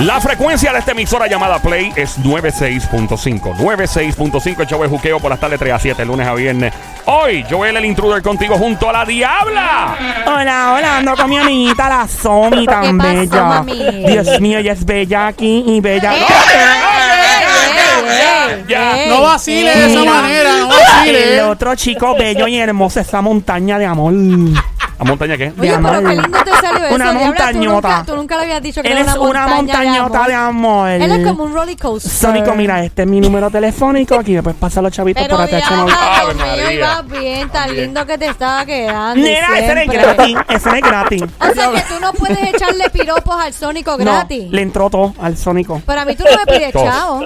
La frecuencia de esta emisora llamada Play es 96.5. 96.5 el show de juqueo por las tardes 3 a 7, lunes a viernes. Hoy, Joel el intruder contigo junto a la Diabla. Hola, hola, ando con mi amiguita la Somi tan pasó, bella. mami? ¿Eh? Dios mío, ella es bella aquí y bella. ¡Ey, ey, ey, Ya. ey, No vacile de esa ey. manera, no El vacile. otro chico bello y hermoso, esa montaña de amor. ¿A montaña qué? de Oye, pero amor. qué lindo te salió eso. Una Diabla, Tú montañota. nunca, tú nunca le habías dicho que Él era es una montañota de amor. Él es como un roller coaster. Sónico, mira, este es mi número telefónico. Aquí después pasa los chavitos Pero por ya, ATH móvil. Ave Dios mío, María. ibas bien, tan lindo que te estaba quedando. y Nena, ese no es siempre. gratis. Ese no es gratis. O sea que tú no puedes echarle piropos al Sónico No, gratis. le entró todo al Sónico. Pero a mí tú no me pides Tos. chao.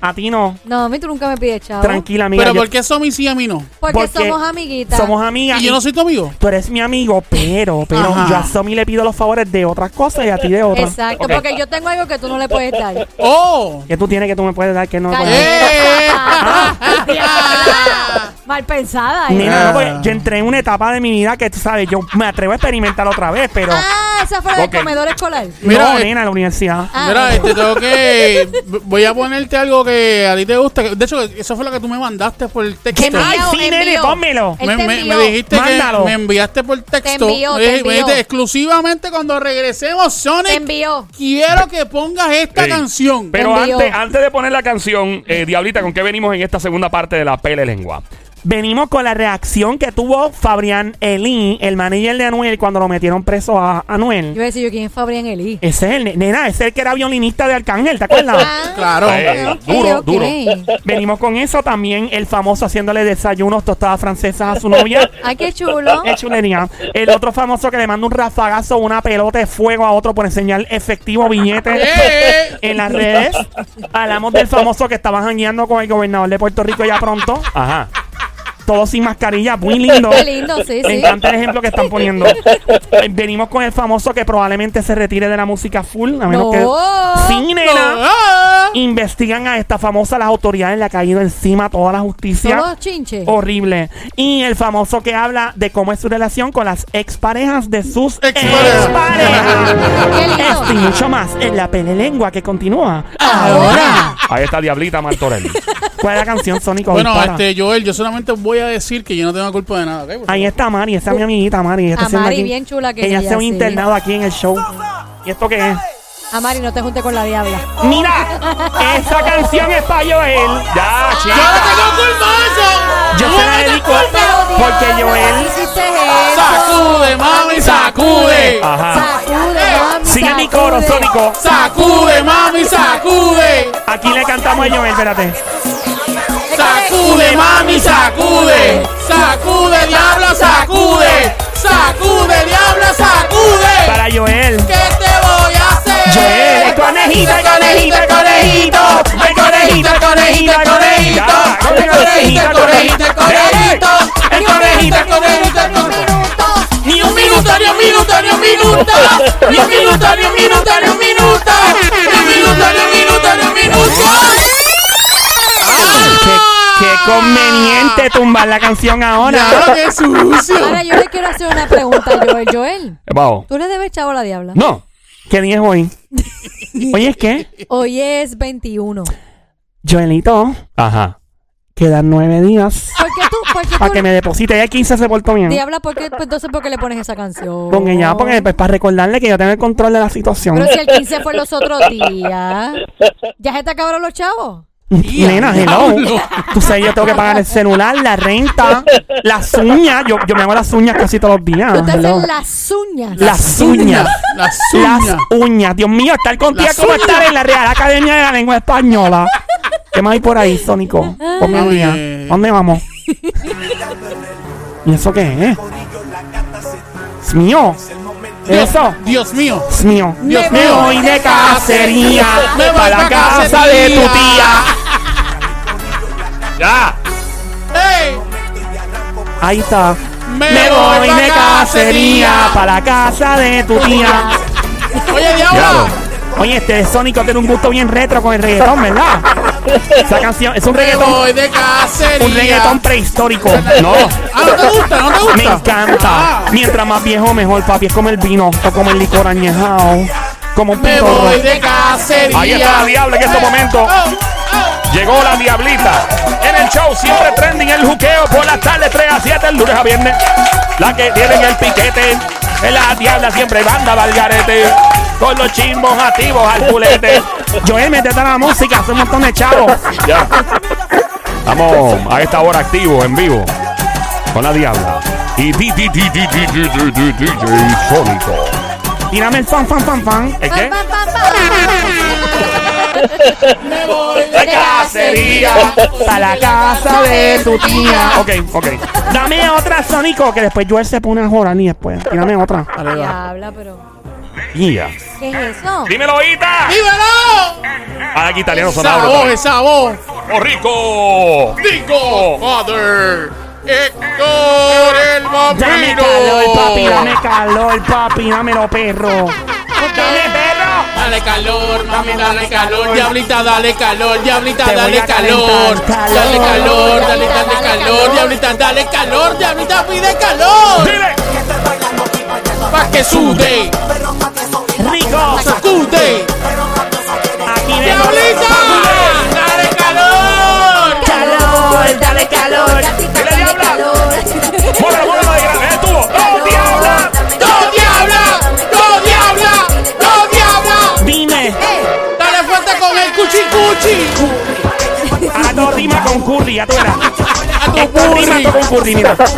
A ti no. No, a mí tú nunca me pides chao. Tranquila, amiga. Pero yo- ¿por qué Somi sí y a mí no? Porque, somos amiguitas. Somos amigas. Y yo no soy tu amigo. Tú eres mi amigo, pero, pero Ajá. yo a Somi le pido los favores de otras cosas y a ti de otras. Exacto, Ok. porque yo tengo algo que tú no le puedes dar. ¡Oh! Que tú tienes que tú me puedes dar que no me puedes dar. Cállate. ¡Eh! Mal pensada, ¿eh? Nena, no, Ah. porque yo entré en una etapa de mi vida que tú sabes, yo me atrevo a experimentar otra vez, pero Ah, esa fue la Ok. del comedor escolar. Mira, no, eh, nena, en la universidad. Ah, Mira, bueno. este, tengo que. Voy a ponerte algo que a ti te gusta. que- De hecho, eso fue lo que tú me mandaste por texto. ¿Qué más? Este, Ay, sí, envió. nene, pónmelo. Él Me, te me- envió. me dijiste Mándalo. que me enviaste por texto. envió, me te dij- me dijiste, envió. exclusivamente cuando regresemos, este. Te Sonic, envió. quiero que pongas esta Sí. canción. Pero Te envió. antes, antes de poner la canción, eh, Diablita, ¿con qué venimos en esta segunda parte de la pele lengua? Venimos con la reacción que tuvo Fabián Elín, el manager de Anuel, cuando lo metieron preso a Yo Anuel. iba a decir yo quién es Fabián Elí. Ese es el, ne- nena, ese es el que era violinista de Arcángel, ¿te acuerdas? Ah, Claro. Eh, ok, duro, ok. duro. Venimos con eso también, el famoso haciéndole desayunos tostadas francesas a su novia. Ay, Ah, qué chulo. Es chulería. El otro famoso que le manda un rafagazo, una pelota de fuego a otro por enseñar efectivo billete ¡Eh! en las redes. Hablamos del famoso que estaba jangueando con el gobernador de Puerto Rico ya pronto. Ajá. Todo sin mascarilla, muy lindo. Qué lindo, sí, Me sí. encanta el ejemplo que están poniendo. Eh, Venimos con el famoso que probablemente se retire de la música full, a No. menos que... Sí, nena. ¡Ah! Investigan a esta famosa, las autoridades le ha caído encima toda la justicia. Son los chinches. Oh. Horrible. Y el famoso que habla de cómo es su relación con las exparejas de sus Exparejas. Qué lindo. Esto y mucho más en la pelelengua que continúa. Ahora. Ahí está Diablita Martorelli. ¿Cuál es la canción Sónico? Bueno, Dispara. este, Joel, yo solamente voy a decir que yo no tengo culpa de nada. ¿ok? Por Ahí está Mari, esa es mi amiguita Mari. Está A haciendo Mari, aquí- bien chula que Ella ella, hace un sí. internado aquí en el show. ¿Y esto qué es? Amari, Ah, no te juntes con la diabla. ¡Mira! ¡Esa canción es para Joel! ya, ¡Yo no chica. tengo culpa de eso! Yo ¡Tú se no la tengo dedico culpa! porque ¿Por Joel... qué hiciste eso? ¡Sacude, mami, sacude! Ajá. Sacude, mami, Sigue mi sacude. coro, Sónico. ¡Sacude, mami, sacude! Aquí le cantamos a Joel, espérate. ¡Sacude, mami, sacude! ¡Sacude, diabla, sacude! ¡Sacude, diabla, sacude! Para Joel. ¿Qué te voy a hacer? Joel, el conejito, el conejito, el conejito, el conejito, el conejito, el conejito, el conejito, el conejito, el conejito, el conejito, el conejito, el conejito. Ni un minuto, ni un minuto, ni un minuto. Ni un minuto, ni un minuto, ni un minuto. Ni un minuto, ni un minuto, ni un minuto. Qué, qué Ah. conveniente tumbar la canción ahora. Claro, qué sucio. Ahora yo le quiero hacer una pregunta, Joel. Joel, Vamos. ¿tú le debes chavo a la diabla? No. ¿Qué día es hoy? Hoy es que, Hoy es 21. Joelito, Ajá. quedan nueve días ¿Por qué tú, por qué para que tú, me deposite. Ya 15 se portó bien. diabla, por qué, pues, entonces por qué le pones esa canción? Con ella, porque pues, para recordarle que yo tengo el control de la situación. Pero si el 15 fue los otros días. ¿Ya se te acabaron los chavos? Nena, hello. diablo. Tú sabes, yo tengo que pagar el celular, la renta, las uñas. Yo, yo me hago las uñas casi todos los días. Tú te hello. haces las uñas. Las uñas. Las Las uñas. uñas. Dios mío, estar contigo Las como uñas. estar en la Real Academia de la Lengua Española. ¿Qué más hay por ahí, Sónico? Ponme al día. Ay. ¿Dónde vamos? ¿Y eso qué es? Es mío. Eso. Dios mío. Es mío. Dios Me mío. voy de cacería Me voy para la pa' casa de cacería. tu tía. Ya. ¡Ey! Ahí está. Me Me voy voy pa' de cacería cacería. para la casa de tu tía. Oye, Diablo. diabla. Oye, este de Sónico tiene un gusto bien retro con el reggaetón, ¿verdad? Esa canción es un Me reggaetón, voy de cacería. un reggaetón prehistórico. No. Ah, ¿no te gusta? ¿No te gusta? Me encanta. Ah. Mientras más viejo, mejor, papi. Es como el vino o como el licor añejado. como un Me pitorro. voy de cacería. Ahí está la diabla en este momento. Oh, oh. Llegó la diablita. En el show siempre trending el juqueo por las tardes 3 a 7, el lunes a viernes. La que tienen el piquete. En la diabla siempre banda valgarete. Con los chimbos activos al culete. Joel, metete a la música, hace un montón de chavos. Ya. Estamos a esta hora activos, en vivo. Con la diabla. Y di, di, di, di, di, di, di, di, DJ Sónico. Tírame el fan, fan, fan, fan. ¿El qué? Pa, pa, pa, pa. Me voy de De cacería. Para la casa de tu tía. Ok, ok. Dame otra, Sónico, que después Joel se pone a jorar y después. Dame otra. Diabla, pero. Mía. ¿Qué es eso? Dímelo, Ita. ¡Dímelo! Ah, aquí italiano Esa sonado. voz, esa voz. ¡Oh, rico! Digo, father. Oh. Héctor el Dame vampiro. calor, papi, dame calor, papi, dámelo, perro. Dame, Dale calor, mami, dale calor, diablita, dale calor, diablita, Te voy dale a calor, calentar, dale calor. calor, dale, Diablita, dale dale calor, calor. diablita, dale calor, diablita, pide calor, ¡Dile! pa' que sude, Rico, sacude, aquí vengo. diablita, dale calor, Calor, dale calor. ¡Dile, diabla! ¡Móvelo, móvelo! ahí, ¡El tubo! ¡No, diabla! no diabla, no diabla, no diabla, Dime, Eh. dale fuerte con el cuchi cuchi, a dos rimas con curry, ya tú verás. a tu Esto burri, rima con curry, mira. Yo le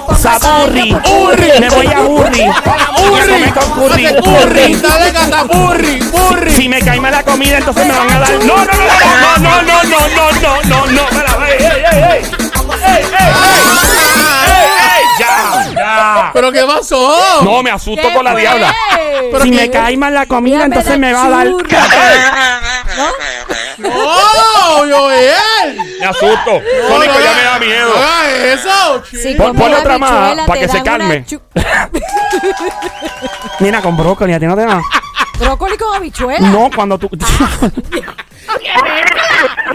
pongo Saburri. sal, Urri. Me voy a burri. burri, Eso me dale confundí. burri, dale gata burri, burri. Si me cae mala comida, entonces me van a dar. No, no, no, no, no, no, no, no, no, no, no, espera, ey, ey, ey, ey. Ey, ey, ey, ey, ya, ya. eh. ¿Pero qué pasó? No, me asusto ¿Qué con la fue? diabla. No, si me cae mala comida, Dígame entonces la me va a dar. churra. ¡Oh, Joel! Me asusto. Sónico ya me da miedo. No hagas eso! Si chico. Pon- comes ponle otra habichuela, más, te para que se dan una calme. chu- Mira, con brócoli, a ti no te da. Brócoli con habichuela. No, cuando tú.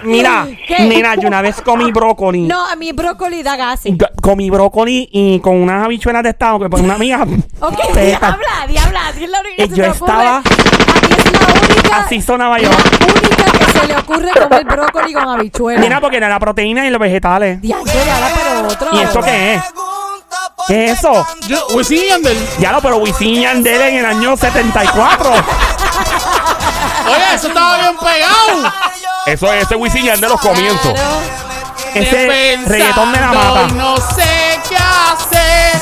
Mira, ¿Qué? mira, yo una vez comí brócoli. No, a mí brócoli da gases. G- Comí brócoli y con unas habichuelas de estado que por una amiga. Ok, Teta. diabla, diabla, así es la única Y que se yo me ocurre. estaba- A mí es la única. Así sonaba yo. La única que se le ocurre comer brócoli con habichuela. Mira, porque era la proteína y los vegetales. Diablo, diabla, pero otro. ¿Y esto qué es? ¿Qué es eso? Yo- Uy, sí, Yandel. Ya lo, pero Wisin y Yandel en el año 74. Oye, eso estaba bien pegado. Eso es ese Wisin Yandel de los comienzos. Claro. Ese Estoy reggaetón de la pensando mata. y no sé qué hacer.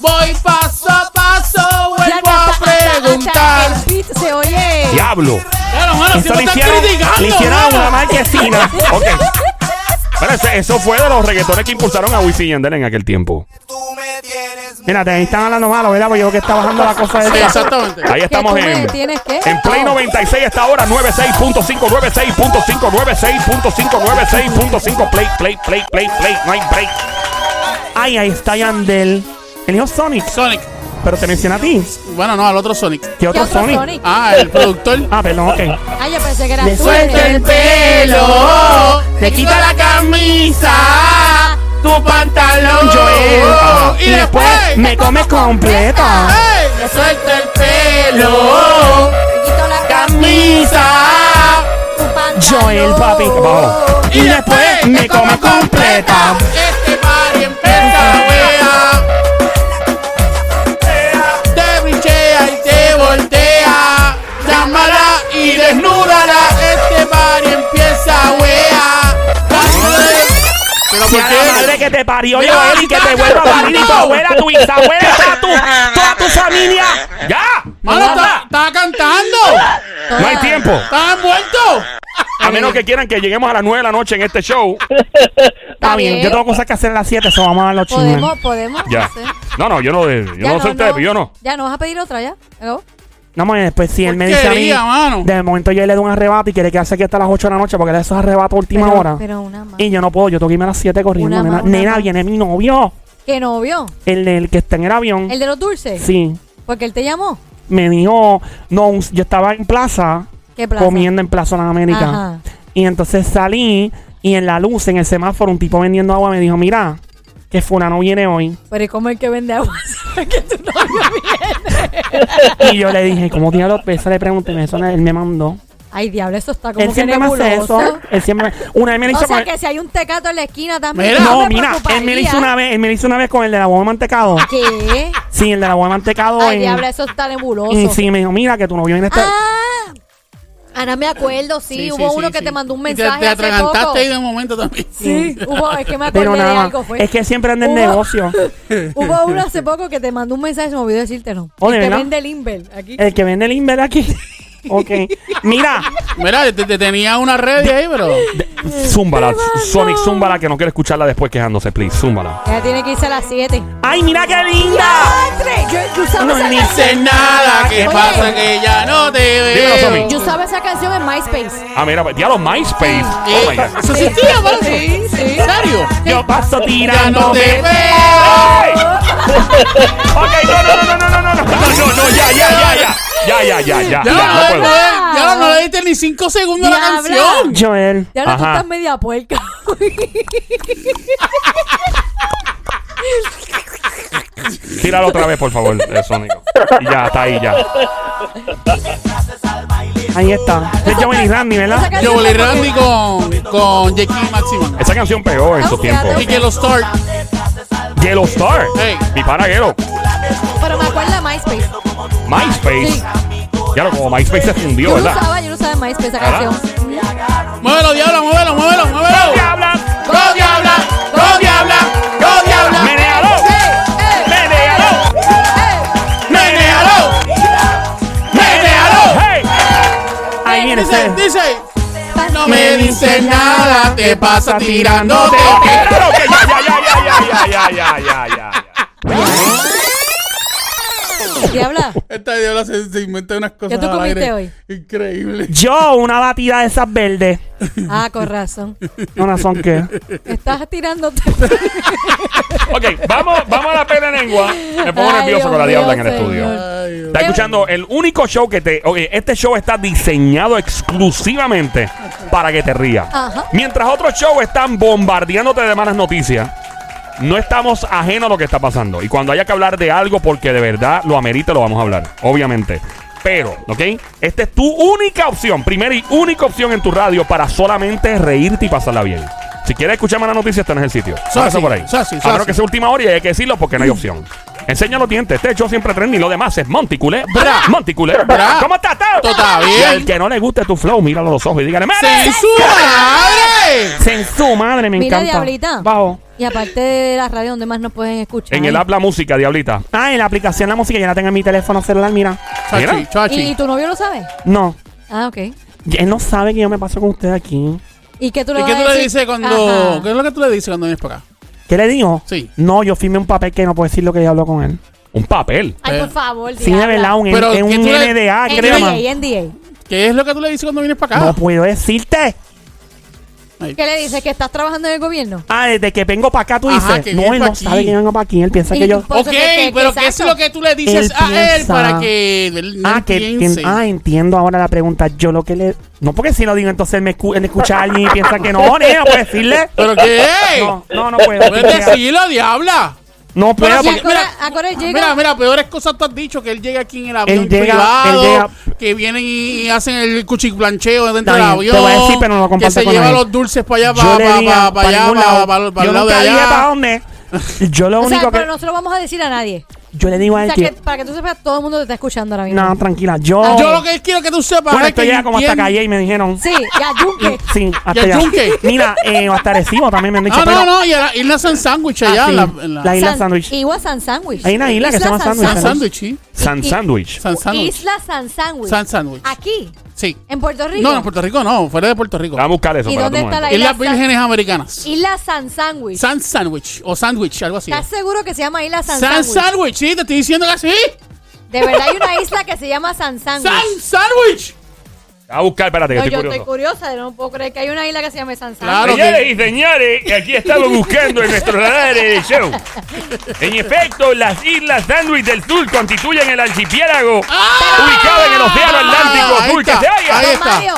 Voy paso a paso, Diabla, vuelvo hasta- a hasta- hasta preguntar. El beat se oye. Diablo. Claro, mano, si Eso me le estás hicieron, criticando. le hicieron a mano. una marquesina. Ok. Pero ese- eso fue de los reggaetones que impulsaron a Wisin y Yandel en aquel tiempo. Mira, te están hablando malo, ¿verdad? Porque yo que está bajando la cosa Sí, de exactamente. Ahí estamos ¿Qué tú me en, tienes qué? en Play Oh. 96 hasta ahora, 96.5, 96.5, 96.5, Play, play, play, play, play, no hay break. Ay, ahí está Yandel. El hijo Sonic. Sonic. Pero te menciona a ti. Bueno, no, al otro Sonic. ¿Qué otro, ¿Qué otro Sonic? Sonic? Ah, el productor. Ah, perdón, ok. Ay, yo pensé que era Le tú. suelto eres. el pelo, le quito la Ah. camisa, tu pantalón, Oh, Joel. Oh, eh, ah, Y después me comes completa. ¡Ey! Le suelto el pelo, Te quito la camisa, tu pantalón. Joel, papi. Bajo. Y después me comes completa. Este party empieza, wea. Te brichea y te voltea. Llámala y desnúdala. Este party empieza, wea. Pero Si a la madre que te parió yo, Mira, él y que te vuelva a parir y tu abuela, tu bisabuela, toda tu, toda tu familia. ¡Ya! Mano, está- ¡Basta! está cantando. No Ah. hay tiempo. Está envuelto. A menos que quieran que lleguemos a las 9 de la noche en este show. Está bien, yo tengo cosas que hacer a las 7, eso vamos a dar los chismes. Podemos, podemos. Ya. no sé. No, no, yo no, eh, yo Ya no sé ustedes, pero yo no. Ya, ¿no vas a pedir otra ya? ¿No? No, mames, después si él me dice a mí, Porquería, mano. de momento yo le doy un arrebato y quiere que hace que hasta las 8 de la noche porque le da esos arrebatos a última Pero- hora. pero una Eh. más. Y yo no puedo, yo tengo que irme a las 7 corriendo. Una nena, más, una Nena, más. viene mi novio. ¿Qué novio? El, del que está en el avión. ¿El de los dulces? Sí. Porque él te llamó. Me dijo, no, un- yo estaba en plaza, ¿Qué plaza? comiendo en Plaza de las Américas. Ajá. Y entonces salí y en la luz, en el semáforo, un tipo vendiendo agua me dijo, mira, que Funa no viene hoy. Pero ¿y cómo el que vende agua sabe que tu novio viene? Y yo le dije, ¿cómo diablos? Pues, le pregunté, eso él me mandó. Ay, diablo, eso está como Él que siempre me hace eso. nebuloso. Él siempre Una vez me hizo O sea con- que si hay un tecato en la esquina también. Mira. No, me mira, él me lo hizo preocuparía. una vez, él me lo hizo una vez con el de la bomba de mantecado. ¿Qué? Sí, el de la bomba de mantecado. Ay, en- diablo, eso está nebuloso. y sí, me dijo, mira que tu novio viene este. Ah, Ana, me acuerdo, sí. Sí, sí, hubo sí, uno que sí. te mandó un Y te- mensaje. Te hace poco. atragantaste ahí de momento también. Sí, hubo, es que me acordé pero de nada, algo. Fue. Oh. es que siempre anda en Hubo- negocio. Hubo uno hace poco que te mandó un mensaje, se me olvidó decirte, ¿no? Oh, ¿de El que verdad? Eh. vende el Inver aquí. El que vende el Inver aquí. ok. Mira. Mira, te, te tenía una red ahí, pero. Zúmbala, Sonic, zúmbala, que no quiero escucharla después quejándose, please. Zúmbala. Ella tiene que irse a las 7. ¡Ay, mira qué linda! Yo usaba, No, esa ni canción- sé nada, ¿qué Oye. pasa? Que ya no te Dímelo, veo. Tommy. yo usaba esa canción en MySpace. Ah, mira, pues, diablo, MySpace. Oh, my God. ¿Eso existía, para Sí, sí. ¿En serio? Yo paso Ya no te tirándome. veo. ¡Ey! Ok, no, no, no, no, no, no, no, no, no, no, ya, ya, ya, ya, ya, ya, ya, ya, ya, Ya, no no, puedo. no, ya no le diste ni cinco segundos a la Diabla. canción. Joel. Ya ahora tú Ajá. estás media puerca. Tíralo otra vez, por favor, eh, Sonic. Y ya, está ahí, ya. Ahí está. Es Joel y Randy, Esa ¿verdad? canción Yo me volé acuerdo. Randy con, con Jackie Maxima. Esa canción pegó en su tiempo. Y que los Star. Yellow Star. Hey. Mi pana Yellow. Pero me acuerdo de MySpace. MySpace. Sí. Ya lo como MySpace se fundió, Yo no ¿verdad? usaba, yo no usaba en MySpace esa ¿Verdad? canción. Muévelo, diabla, muévelo, muévelo, muévelo. ¡Diablas! ¡Go, diabla! ¡Go, diabla! ¡Go, diabla! ¡Menealo! eh. ¡Menealo! ¡Menealo! ¡Menealo! ¡Hey! Ahí viene Dice, usted. Este. dice. No me dices nada, te pasa tirándote. Claro que ya, ya, ya, ya, ya, ya, ya, ya, ya, ya. Diabla. Esta diabla se, se inventa unas cosas. ¿Qué tú al aire. comiste hoy? Increíble. Yo, una batida de esas verdes. Ah, con razón. No, no son qué. Estás tirándote. Ok, vamos, vamos a la pena lengua. Me pongo Ay, nervioso con la Dios diabla en mío, el estudio. señor. Ay, Dios. Está escuchando el único show que te. Oye, este show está diseñado exclusivamente para que te rías. Ajá. Mientras otros shows están bombardeándote de malas noticias, no estamos ajenos a lo que está pasando. Y cuando haya que hablar de algo porque de verdad lo amerita, lo vamos a hablar, obviamente. Pero, ¿ok? Esta es tu única opción, primera y única opción en tu radio para solamente reírte y pasarla bien. Si quieres escuchar malas noticias, este no es el sitio. Eso Pasa así, por ahí. eso así, eso A menos así. que sea última hora y hay que decirlo porque no hay opción. Enseña los dientes. Este show siempre tren y lo demás es Monticulé. Bra. Monticulé. Bra. ¿Cómo estás, Todo está Y bien. al que no le guste tu flow, míralo a los ojos y dígale, ¡Mere! ¡Se su madre! Sensú, madre, me Mira, encanta. Diablita. Bajo. Y aparte de la radio, donde más nos pueden escuchar? En el app La Música, Diablita. Ah, en la aplicación La Música, ya la tengo en mi teléfono celular, mira. Chachi, ¿Y, chachi. tu novio lo sabe? No. Ah, ok. Él no sabe que yo me paso con usted aquí. ¿Y qué tú le ¿Y vas qué a tú le decir? dices cuando.? Ajá. ¿Qué es lo que tú le dices cuando vienes para acá? ¿Qué le digo? Sí. No, yo firmé un papel que no puedo decir lo que yo hablo con él. ¿Un papel? Ay, por favor, Sí, de verdad, un, Pero, es ¿qué un tú NDA, le- NDA, ¿qué le llaman? NDA. ¿Qué es lo que tú le dices cuando vienes para No pues, acá? puedo decirte. Ay. ¿Qué le dices? ¿Que estás trabajando en el gobierno? Ah, desde que vengo para acá tú Ajá, dices. que No, él vengo no aquí. sabe que yo vengo para aquí. Él piensa Y que yo. tú- Ok, Entonces, ¿qué- qué- pero qué ¿qué es exacto? lo que tú le dices Él a él piensa- para que él Ah, que, que- piense? ah, entiendo ahora la pregunta. Yo lo que le. No, porque si lo digo, entonces él, me escu- él escucha a alguien y piensa que no, nene, no puedo decirle. ¿Pero qué? No, no, no puedo. estoy Puedes pegado. decirlo, diabla. No puedo. eh, Pero porque- Y si- mira, ahora- ahora él Mira, llega. mira, peores cosas tú has dicho que él llega aquí en el avión Él llega- privado, él que vienen y hacen el cuchiplancheo dentro Está del bien, avión, te voy a decir, pero no lo que comparto se con lleva él. los dulces para yo allá, para, le para, digo para, para allá, ningún para, lado. para, para yo el lado de nunca dije para allá. dónde. Yo lo O sea, único pero que. no se lo vamos a decir a nadie. Yo le digo a O él sea, que. que para que tú sepas, todo el mundo te está escuchando ahora mismo. No, tranquila. Yo. Yo lo que quiero que tú sepas Bueno, es esto que llega como hasta entiendo- calle y me dijeron. Sí, ya, Yunque. Sí, hasta el allá. yunque. Mira, eh, hasta Arecibo también me han dicho. Ah, No, pero no, no, y la- y le hacen sándwich allá Ah, en la, sí, en la, la- Isla San- Sandwich. Igua San Sandwich. Hay una isla que se llama Sandwich. San sándwich, sí. San Y- y- Sandwich. San sándwich. Isla San Sandwich. San Sandwich. Aquí, Sí. en Puerto Rico. No, en Puerto Rico no, fuera de Puerto Rico. Vamos a buscar eso. ¿Y espérate dónde un está momento. la Islas San- Vírgenes Americanas. Isla San Sandwich. San Sandwich o Sandwich, algo así. ¿Estás seguro que se llama Isla San, San Sandwich? Sandwich, sí, te estoy diciendo que sí. De verdad hay una isla que se llama San Sandwich. San Sandwich. Vamos a buscar, espérate, que No, estoy yo estoy curioso. curiosa, no puedo creer que hay una isla que se llame San Sandwich. Claro. Señores y señores, aquí estamos buscando en nuestros radares de show. En efecto, las Islas Sandwich del Sur constituyen el archipiélago ubicado en el Océano Atlántico Ah, Ahí Sur. Que está, se oiga. ahí Don está. Mario,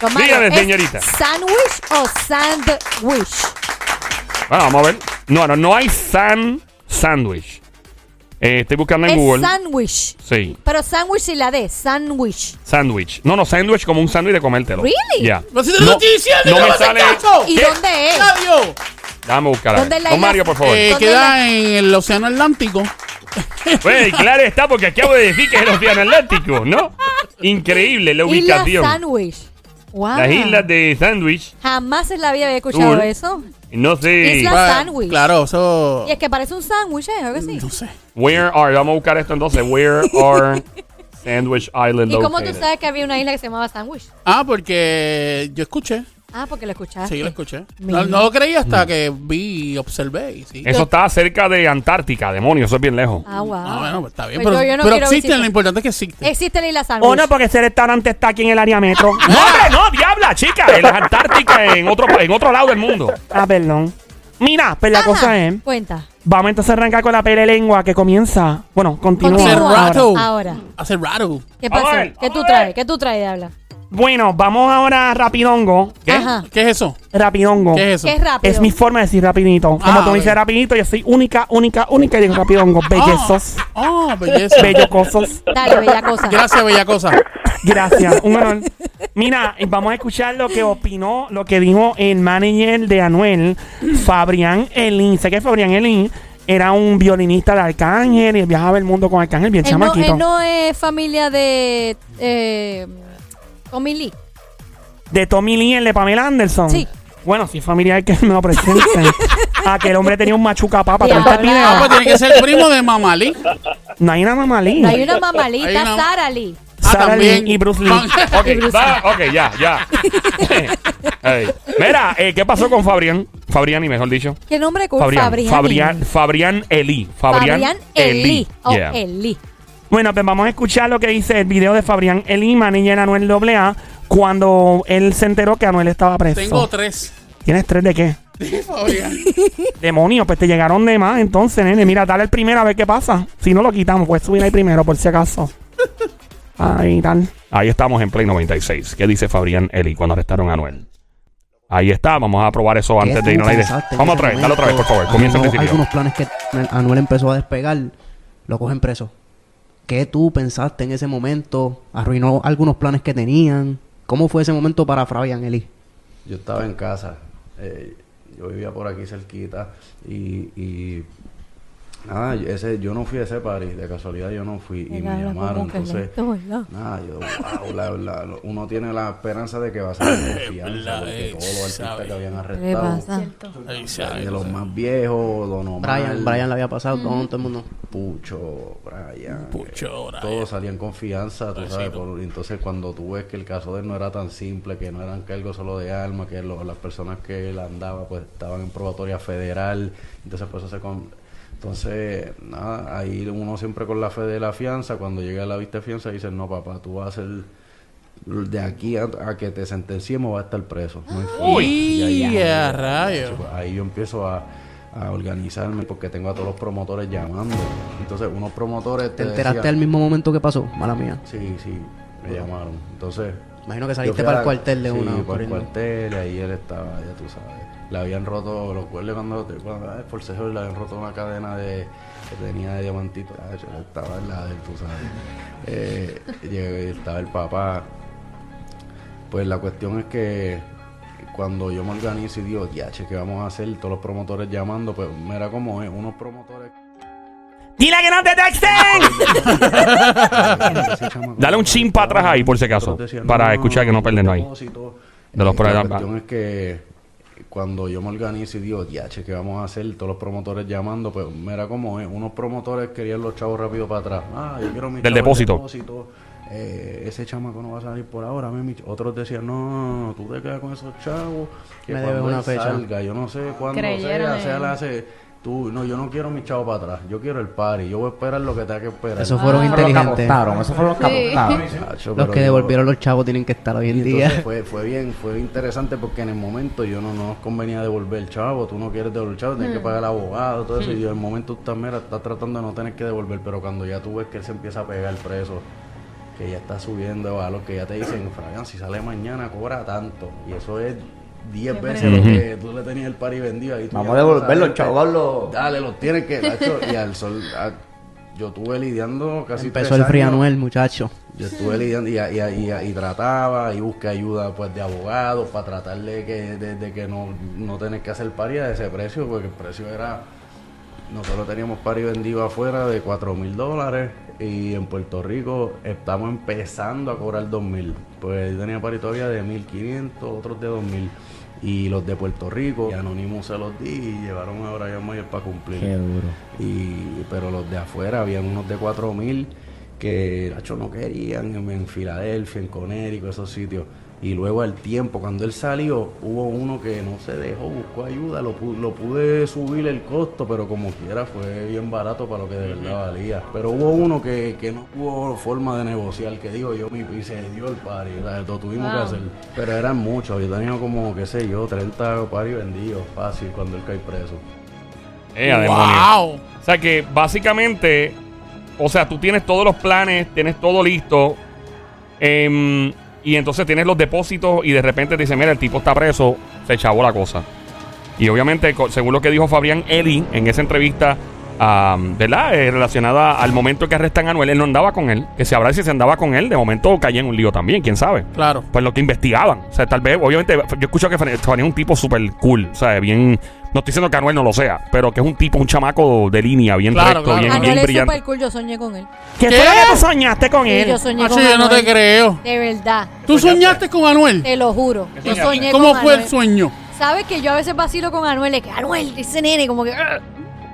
don Mario, Dígame, ¿es señorita. ¿Sandwich o sandwich? Bueno, vamos a ver. No, no, no hay San Sandwich. Eh, estoy buscando en Es Google. sandwich. sí, Pero sandwich y la D. Sandwich. sandwich. No, no, sandwich como un sándwich de comértelo. Really? Ya. Pero Pues si te lo estoy diciendo, no yo me no te sale. cacho. ¿Y ¿Qué? dónde es? Flavio. Dame a buscar. a ver. ¿Dónde es la Don isla? Mario, por favor. Eh, ¿Dónde queda en el Océano Atlántico. Güey, claro está, porque acabo de decir que es el Océano Atlántico, ¿no? Increíble la Isla ubicación. Sandwich. Wow. Las islas de Sandwich. Jamás en la vida había escuchado Sur. eso. No sé. Isla- Ah, sándwich. Claro, eso. Y es que parece un sándwich, ¿eh? Creo que sí. No sé. Where are. Vamos a buscar esto entonces. Where are Sandwich Island ¿Y cómo tú located? sabes que había una isla que se llamaba Sandwich? Ah, porque yo escuché. Ah, porque lo escuchaste. Sí, yo lo escuché. Mira. No, no lo creí hasta que vi y observé. y sí. Eso está cerca de Antártica, demonio. Eso es bien lejos. Ah, wow. Ah, bueno, pues está bien. Pues pero yo- yo no pero quiero existen, visitar. lo importante es que existen. Existe la isla Sandwich. O oh, no, porque ese restaurante está aquí en el área metro. ¡No, hombre, no! ¡Diabla, chica! En las Antárticas, en otro, en otro lado del mundo. Ah, perdón. Mira, pues la Ajá, cosa es, Cuenta. vamos entonces a arrancar con la pele lengua que comienza. Bueno, continúa. Continúa. ahora. rato. Ahora. Hace rato. ¿Qué Vamos a pasa? ver, ¿Qué vamos tú a traes? ver. ¿Qué tú traes de habla? Bueno, vamos ahora a rapidongo. ¿Qué? Ajá. ¿Qué es eso? Rapidongo. ¿Qué es eso? ¿Qué es rápido? Es mi forma de decir rapidito. Como Ah, tú me dices ok. rapidito, yo soy única, única, única y digo rapidongo. Bellezos, Oh, Ah, belleza. bellocosos. Dale, bella cosa. Gracias, bella cosa. Gracias, un honor. Mira, eh, vamos a escuchar lo que opinó, lo que dijo el manager de Anuel, Fabrián Elín. Sé que Fabrián Elín era un violinista de Arcángel y viajaba el mundo con Arcángel, bien Él Eh, no, chamaquito. él no es familia de. Eh, Tommy Lee. De Tommy Lee, el de Pamela Anderson. Sí. Bueno, si es familiar que me lo presente. Aquel hombre tenía un machuca papa. ¿Tú viste el Diabla. video? Ah, pues tiene que ser primo de Mamali. Ah, No hay una mamá Lee. No, hay una Hay mamalita, una- Sara Lee. Ah, Sara también. Ah. Lee y Bruce Lee. Ok, va, ok, ya, ya. Ey, Mira, eh, ¿qué pasó con Fabrián? Fabriani, mejor dicho. ¿Qué nombre cool? Fabrián. Fabrián. Fabriani. Fabrián, Eli. Fabrián, Fabrián Eli. Oh, Yeah. Eli. Bueno, pues vamos a escuchar lo que dice el video de Fabrián Eli, manager Anuel AA, cuando él se enteró que Anuel estaba preso. Tengo tres. ¿Tienes tres de qué? Fabián. Demonios, pues te llegaron de más entonces, nene. Mira, dale el primero a ver qué pasa. Si no lo quitamos, puedes subir ahí primero, por si acaso. Ahí, tal. Ahí estamos en Play 96. ¿Qué dice Fabrián Eli cuando arrestaron a Anuel? Ahí está, vamos a probar eso antes de irnos a la idea. Vamos otra vez, dale otra vez, por favor. Comienza el principio. este Algunos planes que Anuel empezó a despegar, lo cogen preso. ¿Qué tú pensaste en ese momento? ¿Arruinó algunos planes que tenían? ¿Cómo fue ese momento para Fabián Eli? Yo estaba en casa, eh, yo vivía por aquí cerquita y, y nada, yo- ese, yo no fui a ese party, de casualidad yo no fui y Mira, me habla como llamaron, que entonces lento, ¿verdad? nada, yo, wow, la- la- lo- uno tiene la esperanza de que va a ser de confianza, porque todos los artistas que habían ¿Qué arrestado, pasa? de los más viejos, Don Omar, Brian, Brian le había pasado, todo, todo el mundo. Pucho, Brian, eh, Pucho, Brian. todos salían confianza, tú sabes, por- entonces cuando tú ves que el caso de él no era tan simple, que no eran cargos solo de armas, que lo- las personas que él andaba pues estaban en probatoria federal, entonces pues eso se con- entonces, nada, ahí uno siempre con la fe de la fianza, cuando llega la vista de fianza dicen, no papá, tú vas a ser, de aquí a, a que te sentenciemos va a estar preso. No hay forma. Y ahí- Y a rayo. pues ahí yo empiezo a, a organizarme porque tengo a todos los promotores llamando. Entonces, unos promotores. ¿Te enteraste decían- al mismo momento que pasó? Mala mía. Sí, sí, me llamaron. Entonces. Imagino que yo saliste fui a para el la- cuartel de sí, una. para el corriendo. cuartel, y ahí él estaba, ya tú sabes. Le habían roto los cuerdes cuando, te- cuando ah, el forcejeo, le habían roto una cadena de que tenía de diamantito. Ah, yo estaba en la de él, tú sabes. Eh, llegué, estaba el papá. Pues la cuestión es que cuando yo me organizo y digo, ya, che, ¿qué vamos a hacer? Todos los promotores llamando, pues mira cómo es, unos promotores. ¡Dile que no te Ah. texten! Dale un chin para atrás ahí, por si acaso, para escuchar que no perdernos ahí. De De los los problemas. Eh, La cuestión es que cuando yo me organizo y digo, ya, che, ¿qué vamos a hacer? Todos los promotores llamando, pues mira cómo es. Unos promotores querían los chavos rápido para atrás. Ah, yo quiero mi Del chavo, el depósito. depósito. Eh, ese chamaco no va a salir por ahora. mami. Otros decían, no, tú te quedas con esos chavos. Que Me cuando debes una él fecha. salga, yo no sé cuándo sea, sea la hace. Tú, no, yo no quiero mi chavo para atrás. Yo quiero el party. Yo voy a esperar lo que tenga que esperar. Esos fueron inteligentes. Eso fue lo que apostaron. Chacho, Los pero que yo- devolvieron los chavos tienen que estar hoy en y día. entonces fue, fue bien, fue interesante porque en el momento yo no, no nos convenía devolver el chavo, tú no quieres devolver el chavo, tienes que pagar al abogado, todo eso, y yo en el momento tú estás, mira, estás tratando de no tener que devolver, pero cuando ya tú ves que él se empieza a pegar preso, que ya está subiendo a los que ya te dicen, Fabián, si sale mañana cobra tanto, y eso es 10 veces lo que tú le tenías el par y vendido. Ahí tú Vamos ya a devolverlo, sabes que- chaval. Lo... Dale, los tienes que. tacho, y al sol. a- yo estuve lidiando casi. Empezó tres el frío años. Anuel, muchacho. Yo estuve lidiando y, y, y, y- y trataba y busqué ayuda pues de abogados para tratar de que, de, de que no, no tener que hacer paria de ese precio, porque el precio era. Nosotros teníamos pari vendido afuera de 4 mil dólares y en Puerto Rico estamos empezando a cobrar 2 mil. Pues yo tenía pari todavía de 1500, otros de 2 mil. Y los de Puerto Rico, y Anonymous se los di y llevaron a Brian Mayer para cumplir. Y, pero los de afuera, habían unos de 4 mil que Nacho no querían en, en Filadelfia, en Conérico, esos sitios. Y luego al tiempo, cuando él salió, hubo uno que no se dejó, buscó ayuda, lo, pu- lo pude subir el costo, pero como quiera fue bien barato para lo que de verdad valía. Pero hubo uno que, que no hubo forma de negociar, que digo yo, mi, y se dio el pari, o sea, lo tuvimos que hacer. Pero eran muchos, yo tenía como, qué sé yo, 30 paris vendidos, fácil, cuando él cae preso. Eh, a demonio. ¡Wow! O sea que básicamente, o sea, tú tienes todos los planes, tienes todo listo, em, y entonces tienes los depósitos y de repente te dicen, mira, el tipo está preso, se chavó la cosa. Y obviamente, co- según lo que dijo Fabián Eli en esa entrevista, am, ¿verdad? Eh, relacionada al momento que arrestan a Anuel, él no andaba con él, que se habrá si se andaba con él, de momento caía en un lío también, quién sabe Claro. pues lo que investigaban. O sea, tal vez, obviamente, yo escucho que Fran- Fran es un tipo súper cool, o sea, bien. No estoy diciendo que Anuel no lo sea, pero que es un tipo, un chamaco de línea, bien Claro, recto, claro. bien, Anuel bien Ah, es brillante. super cool, yo soñé con él. ¿Qué, ¿Qué? fue lo que tú soñaste con Sí, él? yo soñé Nacho, con Ah, yo Anuel. no te creo. De verdad, Pues ¿Tú soñaste con Anuel? te lo juro. Yo soñé ¿Cómo con fue Anuel. el sueño? Sabes que yo a veces vacilo con Anuel, de que Anuel, ese nene, como que. "Ugh".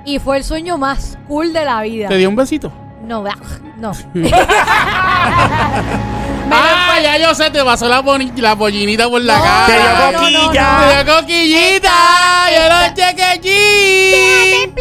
Y fue el sueño más cool de la vida. ¿Te dio un besito? No, bah, no. Ah, ya yo sé, te pasó la, boni- la pollinita por la No, Te dio no, cara. no, coquilla. Te dio coquillita. Yo lo chequé allí.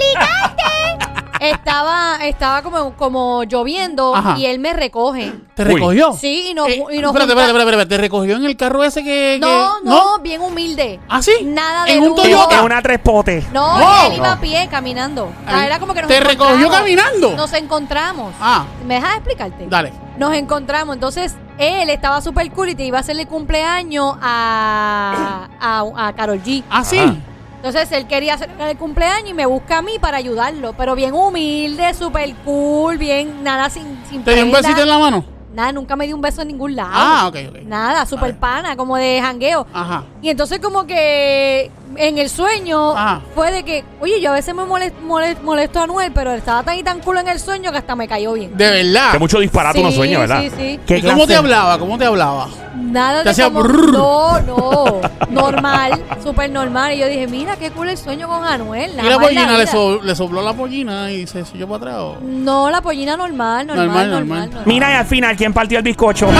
Estaba, estaba como, como lloviendo Ajá. y él me recoge. ¿Te Uy. recogió? Sí, y nos, Eh, y nos espérate, espérate, junta- espérate, espérate. ¿Te recogió en el carro ese que.? que- No, no, bien humilde. ¿Ah, sí? Nada de ¿En un lujo. Toyota? Es una tres potes. No, No. él iba a pie caminando. O sea, Ay, Era como que nos ¿te recogió encontramos. caminando? Nos encontramos. Ah. ¿Me dejas explicarte? Dale. Nos encontramos. Entonces, él estaba súper cool y te iba a hacerle cumpleaños a, a, a Carol G. ¿Ah, sí? Ajá. Entonces, él quería hacer el cumpleaños y me busca a mí para ayudarlo. Pero bien humilde, súper cool, bien, nada sin, sin ¿Te dio un prenda. besito en la mano? Nada, nunca me dio un beso en ningún lado. Ah, ok, ok. Nada, súper pana, como de jangueo. Ajá. Y entonces como que en el sueño Ajá. fue de que, oye, yo a veces me molest- molest- molesto a Noel, pero estaba tan y tan culo en el sueño que hasta me cayó bien. De verdad. Que mucho disparate uno Sí, sueña, ¿verdad? Sí, sí. ¿Qué ¿Y cómo clase? te hablaba? ¿Cómo te hablaba? Nada Te de hacía como, brrr. No, no. Normal, súper normal. Y yo dije, mira, qué cool el sueño con Anuel. nada Y la más en pollina le, vida. so- le sopló la pollina y se siguió para atrás. ¿o? No, la pollina normal, normal, normal. Normal, normal. normal. Mira, y al final, ¿quién partió el bizcocho? Ok,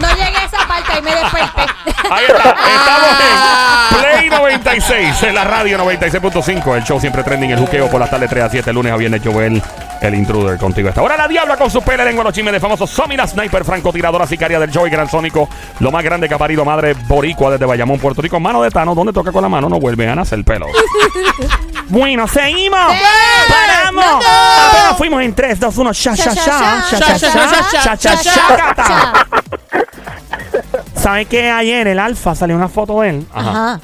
No llegué a esa parte y me desperté. ahí está. Estamos en Play 96, en la radio 96.5. El show siempre trending, el juqueo por las tardes 3 a 7, lunes a viernes. Joel, el intruder contigo. Esta hora la diabla con su pele lengua, los chismes de famosos. Somi, la sniper, francotiradora, sicaria del show y gran sónico. Lo más grande que ha parido madre boricua desde Bayamón, Puerto Rico. Mano de Tano, donde toca con la mano, no vuelve a nacer el pelo. bueno, seguimos. ¡Eh! ¡Paramos! ¡No! Apenas fuimos en 3, 2, 1. Sha, sha, sha. Sha, sha, sha. Sha, sha, sha. Cha. ¿Sabes qué? Ayer el Alfa salió una foto de él. Ajá.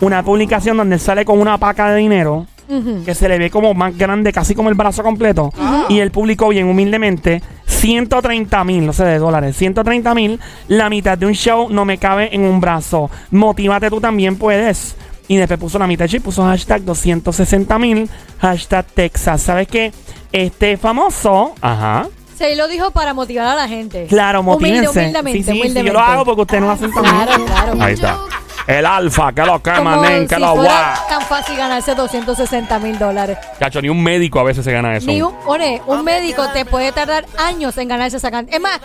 Una publicación donde él sale con una paca de dinero. Ujú. que se le ve como más grande, casi como el brazo completo. Y él publicó bien humildemente 130 mil, no sé, de dólares. 130 mil, la mitad de un show no me cabe en un brazo. Motívate tú también puedes. Y después puso la mitad y puso hashtag 260 mil, hashtag Texas. ¿Sabes qué? Este famoso, ajá, Se lo dijo para motivar a la gente. claro, motívense. Humilde, humildemente, sí, sí, sí, humildemente. Ah, yo lo hago porque ustedes no hacen también. Claro, claro. Ahí está. El alfa, que lo Como quema, nen, que si lo fuera guá. tan fácil ganarse 260 mil dólares. Cacho, ni un médico a veces se gana eso. Ni un, one, un médico te puede tardar años en ganarse esa cantidad. Es más,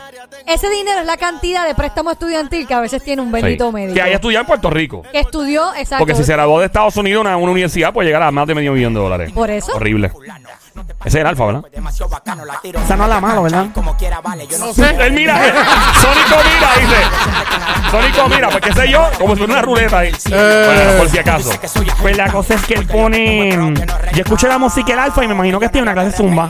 ese dinero es la cantidad de préstamo estudiantil que a veces tiene un Sí. bendito médico. Que haya estudiado en Puerto Rico. Que estudió, exacto. Porque si se graduó de Estados Unidos en una, una universidad, pues llegar a más de medio millón de dólares. Por eso. Horrible. Ese es el alfa, ¿verdad? Demasiado bacano, la tiro. Esa no es la mano, ¿verdad? Como quiera, vale. Yo no No sé. sé. Él mira, eh, Sónico mira, dice. Sónico mira, pues qué sé yo, como si fuera una ruleta ahí. Bueno, por si acaso. Dice que soy Pues la cosa es que él pone. Yo escucho la música del Alfa y me imagino que estoy en una clase de zumba.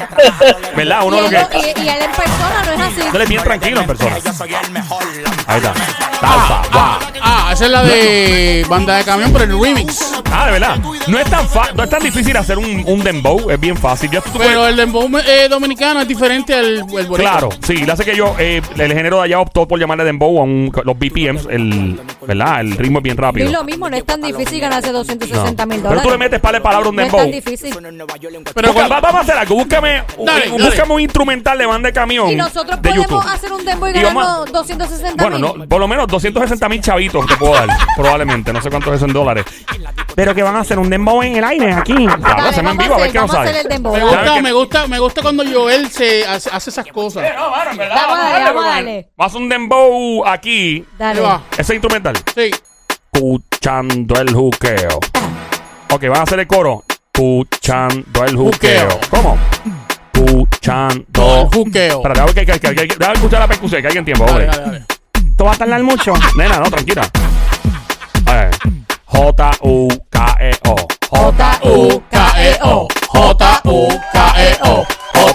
¿Verdad? y, Uno lo él que. no- y- y él en persona no es así. Él es bien tranquilo en persona. Yo soy el mejor. Ahí está. Alfa, guau. Ah, Esa es la de banda de camión, pero el remix. Ah, de verdad. No es tan, fa- no es tan difícil hacer un, un dembow, es bien fácil. Yo, tú Pero el dembow eh, dominicano es diferente al el boricua. Claro, sí, la hace que yo, eh, el género de allá optó por llamarle dembow a un- los BPMs, el, ¿verdad? El ritmo es bien Y rápido. lo mismo, no es tan difícil ganarse 260 mil Pero dólares. tú le metes par de palabras a un No es dembow. tan difícil. Pero Busca- cuando- va- vamos a hacer algo, búscame, un- Dale, un- dale. búscame un instrumental de banda de camión. Y nosotros de podemos YouTube. hacer un dembow y Y vamos a- ganarnos 260 Bueno, mil. no, por lo menos 260 mil chavitos te puedo dar, probablemente. No sé cuántos es en dólares. Pero que van a hacer un dembow en el aire aquí. Claro, Dale, hacemos en vamos vivo a a ver hacer, qué nos vamos a hacer sale. el dembow. Me dale. Ya ves gusta, que- me gusta, me gusta cuando Joel se hace, hace esas cosas. No, mano, en verdad, Vamos a darle, darle, vamos a porque darle. Vas un dembow aquí, Ahí Dale. va. ese instrumental. Sí. Escuchando el juqueo. Ok, van a hacer el coro. Escuchando el juqueo. Juqueo. ¿Cómo? Todo el Escuchando. juqueo. Espérate, déjame que, que, que, que, déjame escuchar la percusión, que hay en tiempo, Dale, hombre. dale, dale. ¿Esto va a tardar mucho? Nena, no, tranquila. J-U-K-E-O. E J-U-K-E-O. J-U-K-E-O.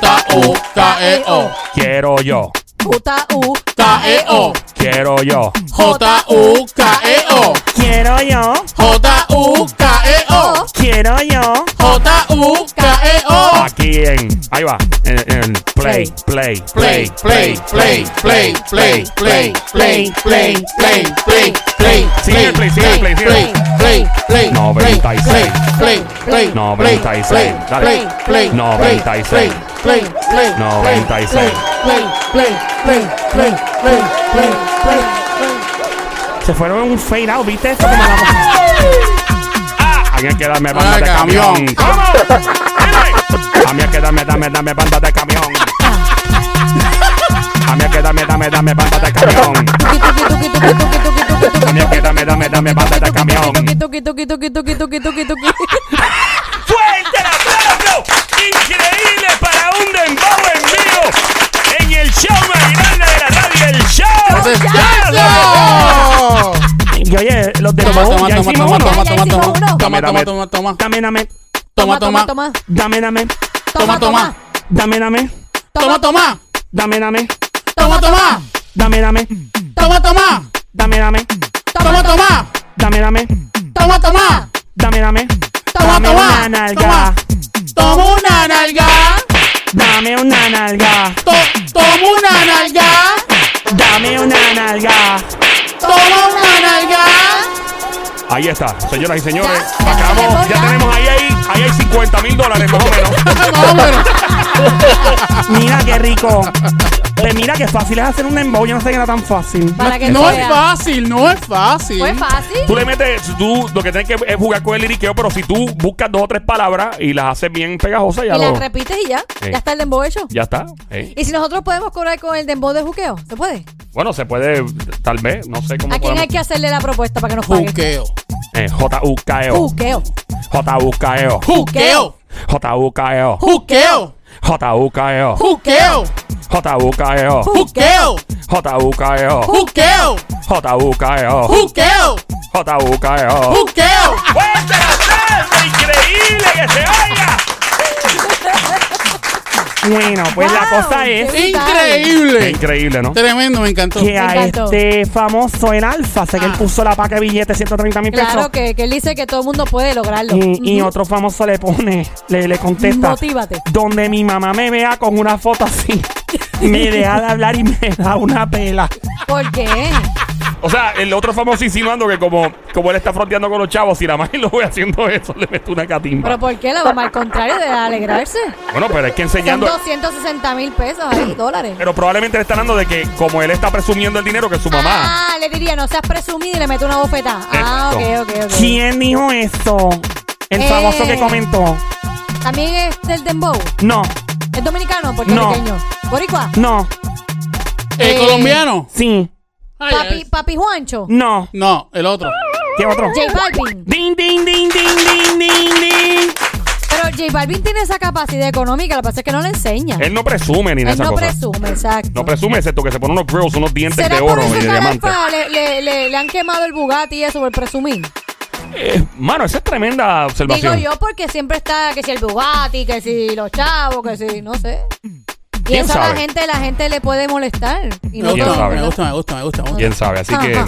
J-U-K-E-O. Quiero yo. Puta E U. K-E-O. Quiero yo. E E J-U-K-E-O. Quiero yo, J-U-K-E-O. quiero yo. J-U-K-E-O. Aquí en. Ahí va. En, en play, play, Play, play, play, play, play, play, play, play, play, play, play, Sigue el play, sigue el play, sigue el play, play, play, play, 96. play, play, play, 96, play, dale. play, play, 96. play, play, play, 96. play, play, play, play, play, play, play, play. Se fueron un fade out, ¿viste? Esto como la- Ah, había que darme banda Ah, de camión. camión. ¿Cómo? Dime. Había que darme, dame, dame banda de camión. Había que darme, dame, dame banda de camión. Tuki, tuki, tuki, tuki, tuki, tuki, tuki, tuki. Había que darme, dame, dame banda de camión. Tuki, tuki, tuki, tuki, tuki, tuki, tuki, tuki. ¡Fuerte el aplauso! Increíble para un dembow en vivo en el show más grande de la radio, el show. ¡Eso! Y oye, los de Toma, toma, ya toma, hicimos toma, uno. Ya toma, toma, hicimos toma, uno. toma, Dame, dame. toma, toma, toma, Dame, dame, toma, toma, toma, toma. dame, dame, Toma, toma. dame, dame, toma, toma, dame, dame, toma, toma, dame, dame, toma, toma, dame, dame, toma, toma, dame, toma, toma, dame, dame, dame, Toma, dame toma, una toma. nalga, toma una nalga, dame una nalga, to- toma una nalga, dame una nalga. toma una nalga. Ahí está, señoras y señores. Ya, ya Acabamos, tenemos, ya ya. tenemos ahí, ahí, ahí hay 50 mil dólares más o menos. No, pero- Mira qué rico. Pues mira qué fácil es hacer un dembow, yo no sé que era tan fácil. Para que No tú es veas. fácil, no es fácil. Fue fácil. Tú le metes, tú lo que tienes que es jugar con el liriqueo, pero si tú buscas dos o tres palabras y las haces bien pegajosas, Y ya la lo. repites y ya. Sí. Ya está el dembow hecho. Ya está. eh. Y si nosotros podemos cobrar con el dembow de juqueo, ¿se puede? Bueno, se puede, tal vez, no sé cómo. ¿A quién podemos- hay que hacerle la propuesta para que nos pague? Juqueo. Eh, J-U-K-E-O. Juqueo. J-U-K-E-O. Juqueo. J-U-K-E-O. Juqueo. J-U-K-E-O. J-U-K-E-O. Juqueo. Juqueo. J-U-K-E-O. Juqueo. E J-U-K-E-O. Juqueo. J-U-K-E-O. Uh. Juqueo. ¡Fuerte el aplauso! ¡Increíble que se oiga! Bueno, pues la Wow, cosa qué es Qué Increíble. increíble, ¿no? Tremendo, me encantó. que a encantó. este famoso el Alfa, sé que él Ah. puso la paca de billetes 130 mil pesos. Claro que, que él dice que todo el mundo puede lograrlo. Y, y Ujú. otro famoso le pone, le, le contesta. Motívate. Donde mi mamá me vea con una foto así, me deja de hablar y me da una pela. ¿Por qué? O sea, el otro famoso insinuando que como, como él está fronteando con los chavos, si la madre lo ve haciendo eso, le mete una ¿Pero catimba. por qué la mamá? Al contrario, de alegrarse. Bueno, pero es que Son enseñando... 260 mil pesos ahí, dólares. Pero probablemente le está dando de que como él está presumiendo el dinero que su mamá... Ah, le diría, no seas presumida y le meto una bofetada. Ah, ok, Exacto. ok, ok. ¿Quién dijo eso? El Eh. famoso que comentó. También es del dembow. No, ¿Es dominicano o puertorriqueño? Boricua. no, ¿El Eh, colombiano? sí, Ay, Papi, ay. papi Juancho. no. No, el otro. ¿Qué otro? J Balvin. Ding, ding, ding, ding, ding, ding, ding. Pero J Balvin tiene esa capacidad económica, lo que pasa es que no le enseña. Él no presume ni Él en esa no cosa. presume, exacto. No presume, excepto que se pone unos grills, unos dientes ¿Será de por oro eso y que de al diamante. Alfa le, le, le, le han quemado el Bugatti y eso por presumir? Eh, mano, esa es tremenda Digo observación. yo porque siempre está que si el Bugatti, que si los chavos, que si, no sé. Y ¿Quién eso a la sabe? gente, la gente le puede molestar. Y Me ¿Quién gusta, sabe? me gusta, me gusta, me gusta. me gusta. ¿Quién sabe? Así que Ajá.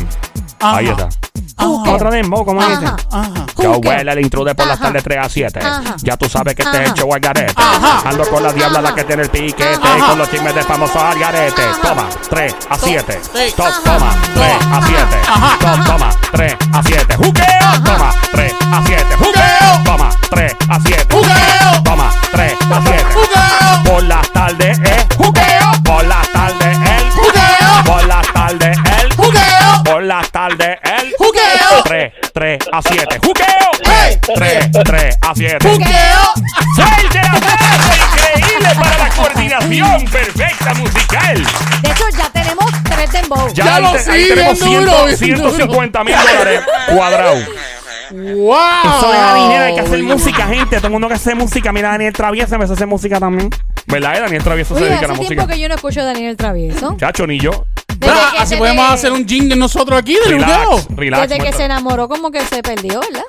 ahí Ajá. está. ¿Tú Ajá. qué? Otro dembow, ¿cmo dice? Ajá. Ajá. ¿Tú Yo qué? huele el intruder por las Ajá. tardes 3 a 7. Ajá. Ya tú sabes que este es Ajá. el show al garete. Ajá. Ando con la diabla la que tiene el piquete. Ajá. Con los chismes de famosos al garete. Ajá. Toma, 3 a 7. sí. To- Ajá. Toma, 3 a Ajá. 7. Ajá. To- Toma, 3 a 7. Juqueo. Toma, 3 a 7. Juqueo. Toma, 3 a 7. Juqueo. Toma, 3 a 7. Jugueo. Por las tardes es juqueo. Por las tardes el Jugueo. Por las tardes el Jugueo. Por las tardes el Jugueo. 3, 3 a 7. ¡Juqueo! Hey. 3, 3 a 7. Jugueo. ¡Seis de la tarde! Increíble para la coordinación perfecta musical. De hecho, ya tenemos tres dembow. Ya lo ahí te- ahí sí, tenemos bien duro, bien 150 mil dólares cuadrados. Ah. ¡Wow! Eso de la dinero, hay que hacer música, gente. Todo el mundo que hace música. Mira, Daniel Traviesa empezó a hacer música también. ¿Verdad? eh? Daniel Travieso se Oye, dedica a la hace tiempo música. que yo no escucho a Daniel Travieso. Chacho, ni yo. Desde Ah, que- así desde- podemos hacer un jingle nosotros aquí del Relax, jugueo. relax. Desde que muerto. se enamoró, como que se perdió, ¿verdad?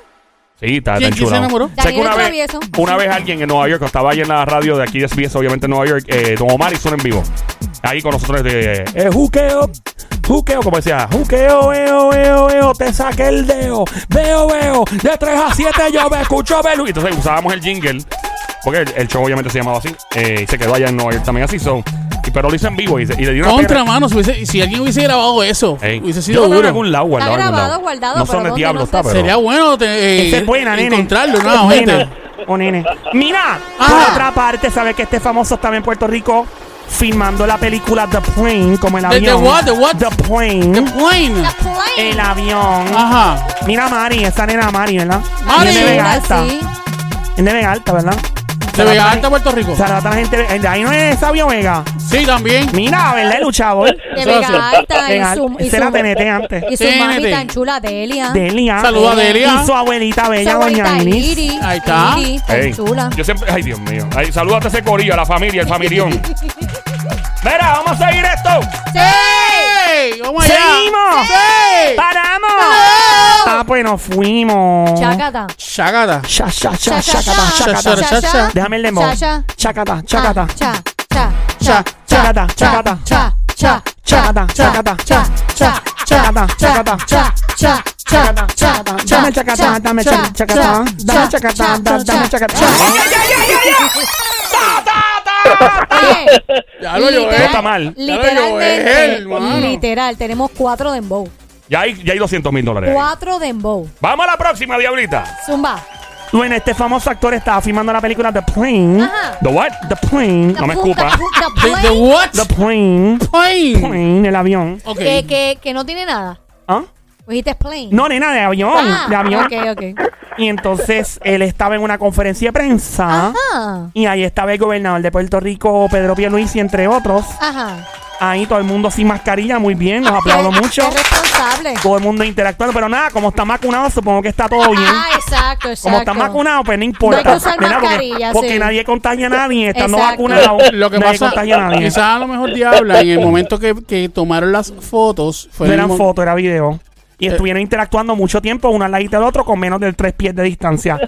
Sí, está, está ¿Quién- quién se enchulado. enamoró? Sé que Daniel una vez, Travieso. una vez alguien en Nueva York, estaba ahí en la radio de aquí de SBS, obviamente en Nueva York, eh, Don Omar hizo un en vivo. Ahí con nosotros, eh, eh, juqueo, juqueo, como decía, juqueo, eo, eo, eo, te saqué el dedo, veo, veo, de 3 a 7 yo me escucho velo. Entonces usábamos el jingle, porque el, el show obviamente se llamaba así, eh, y se quedó allá en Nueva York también así, so, y- pero lo hizo en vivo y, se- y le dieron una Contra, pena. mano. Si, hubiese- si alguien hubiese grabado eso, Ey, hubiese yo sido lo tengo en duro. algún lado, guardado en algún grabado, lado. guardado, no pero son de ¿dónde? diablo, No está, sé. pero... Sería bueno te, eh, Esa es buena, nene. encontrarlo Ah. Esa es nuevamente. buena. O nene. Mira, Ajá. por otra parte, sabes que este famoso estaba en Puerto Rico filmando la película The Plane, como el the avión. what? The what? The Plane. The plane. La plane. el avión. Ajá. Mira a Mari, esa nena Mari, ¿verdad? Ah. Mari. Es de Vega Mira, Alta. sí. Es de Vega Alta, ¿verdad? De Vega Alta, Puerto Rico. O sea, la otra gente. de Ahí no es Sabio Vega. Sí, también. Mira, ¿verdad, el luchador? De Eso hace. Vega Alta. Vega Y su, Alta. y Esa su, era TNT antes. y su TNT. mami tan chula, Delia. Delia. Saluda a Delia. Y su abuelita bella, Esa doña abuelita Iris. Iri, Ahí está. Iri, tan Ey, chula. Yo siempre, ay Dios mío. Ay, salúdate a ese corillo, a la familia, el familión. Mira, vamos a seguir esto. ¡Ey! ¡Vamos allá! ¡Seguimos! ¡Ey! ¡Paramos! ¡Oh! Ah, pues nos fuimos. Chacata. Chagada. Cha, cha, cha, Chacha, chacata, cha, chacata. cha. Déjame el dembow. Chacha. Chacata, chacata. Cha, cha, Cha, Chacata, chacata. cha, cha, cha, Chacata, chacata. cha, cha, Chacata, chacata. cha, cha, cha, cha, Dame chacata, dame cha, cha- chacata. cha, Dame cha, cha, chacata, da- dame cha, chacata. Oye, Ya lo eh. llevé. está mal. Dale, Eh, Literalmente, Joel, mano. literal, tenemos cuatro dembow. Ya hay, ya hay 200 mil dólares. ahí. Cuatro dembow. Vamos a la próxima, diablita. Zumba. Bueno, este famoso actor estaba filmando la película The Plane. Ajá. ¿The what? The Plane. No me The pu- escupa. the pu- the The, the plane what? The Plane. plane. Plane, el avión. Ok. Que, que, que no tiene nada. Pues ¿Ah? Dijiste plane. No, nena, de avión. Ah, de avión. Ok, ok. Y entonces él estaba en una conferencia de prensa. Ajá. Y ahí estaba el gobernador de Puerto Rico, Pedro Pierluisi, entre otros. Ajá. Ahí todo el mundo sin mascarilla, muy bien, los aplaudo Qué- mucho. qué responsable. Todo el mundo interactuando, pero nada, como está vacunado, supongo que está todo bien. Ah, exacto, exacto. Como están vacunados, pues no importa. No hay que usar Nena, porque- mascarilla, porque, sí. nadie contagia a nadie. Estando Exacto. vacunado, Lo que nadie pasa, contagia a nadie. quizás a lo mejor Diabla, en el momento que, que tomaron las fotos, fue No el eran mo- fotos, era video. Eh. Y estuvieron interactuando mucho tiempo, uno al ladito del otro, con menos de tres pies de distancia.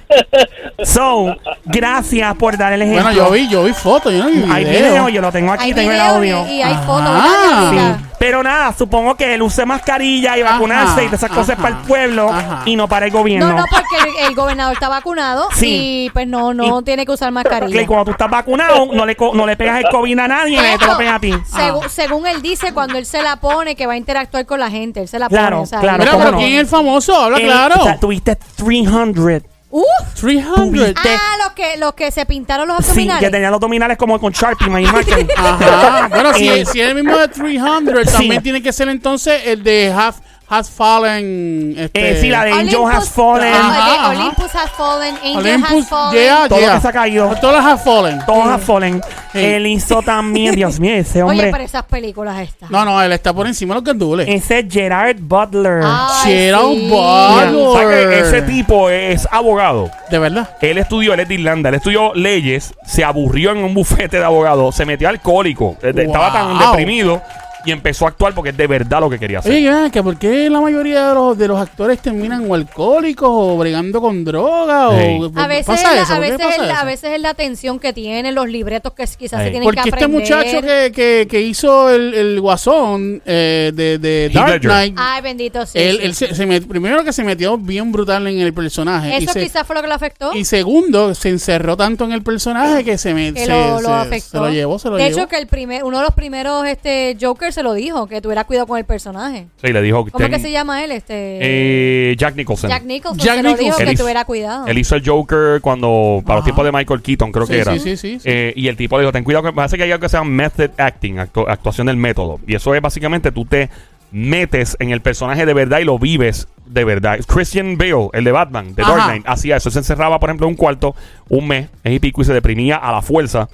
So, gracias por dar el ejemplo. Bueno, yo vi, yo vi fotos, yo no vi Eh, Hay video. video, yo lo tengo aquí, Hay tengo el video audio. Y, y hay Ajá. fotos. ¿verdad, Yolanda? Ah, Sí. Pero nada, supongo que él use mascarilla y Ajá, vacunarse y todas esas cosas ajá, para el pueblo ajá. y no para el No, gobierno. no, porque el, el gobernador está vacunado Sí. y pues no, no Y- tiene que usar mascarilla. Que cuando tú estás vacunado, no le, co- no le pegas el COVID a nadie, nadie te lo pega a ti. Ah. Segu- Según él dice, cuando él se la pone, que va a interactuar con la gente. Él se la Claro, pone. o sea, claro, él- Mira, ¿cómo pero no? ¿quién es el famoso? Habla Eh, Ah, claro. o sea, tuviste 300. ¡Uf! 300. Uh, Ah, los que, los que se pintaron los Sí, abdominales. que tenían los dominales como con Sharpie, me imagino. Ajá. Bueno, Eh, si, si es el mismo de 300, Sí. también tiene que ser entonces el de Half, Has Fallen. Este, Eh, sí, la de Angel Olympus- Has Fallen. Ah, de Ajá, ajá. Olympus has fallen, Angel Olympus. has fallen. Yeah, Todo lo yeah. que se ha caído. Todas las Has Fallen. Todos Has Fallen. Sí. Él hizo también, Dios mío, ese Oye, hombre. pero esas películas estas. No, no, él está por encima de los gandules. Ese Gerard Butler. Ay, Gerald sí. Butler. ¿Sabes que Ese tipo es abogado. De verdad. Él estudió, él es de Irlanda, él estudió leyes, se aburrió en un bufete de abogados, se metió alcohólico, eh, de- Wow. estaba tan deprimido y empezó a actuar porque es de verdad lo que quería hacer. Oye, que vean que ¿por qué la mayoría de los, de los actores terminan o alcohólicos o bregando con droga? Hey. O, A veces, Pues, ¿Pasa es la, eso? a, ¿Por qué veces pasa es la, eso? a veces es la tensión que tienen los libretos que quizás se Ey. tienen Porque que este aprender. muchacho que, que, que hizo el, el guasón eh, de, de Heath Dark Ledger. Knight, Ay, bendito Ah, sí. él, sí. él se, se met- primero que se metió bien brutal en el personaje. y Eso se- quizás fue lo que lo afectó. Y segundo, se encerró tanto en el personaje que se me que se, lo, lo se- afectó. se lo llevó, se lo de llevó. hecho, que el primer, uno de los primeros este, Joker se lo dijo, que tuviera cuidado con el personaje. Sí, le dijo ¿Cómo ten- es que se llama él? Este, eh, Jack Nicholson. Jack Nicholson Jack se lo Nicholson. dijo Él que hizo- tuviera cuidado. Él hizo el Joker cuando para los Ajá. tiempos de Michael Keaton, creo Sí, que sí, era. sí, sí, sí. Eh, y el tipo le dijo, ten cuidado que parece que hay algo que se llama method acting, actu- actuación del método. Y eso es básicamente tú te metes en el personaje de verdad y lo vives de verdad. Christian Bale, el de Batman, de Dark Ajá. Knight, hacía eso. Él se encerraba, por ejemplo, en un cuarto un mes, mes y pico, y se deprimía a la fuerza.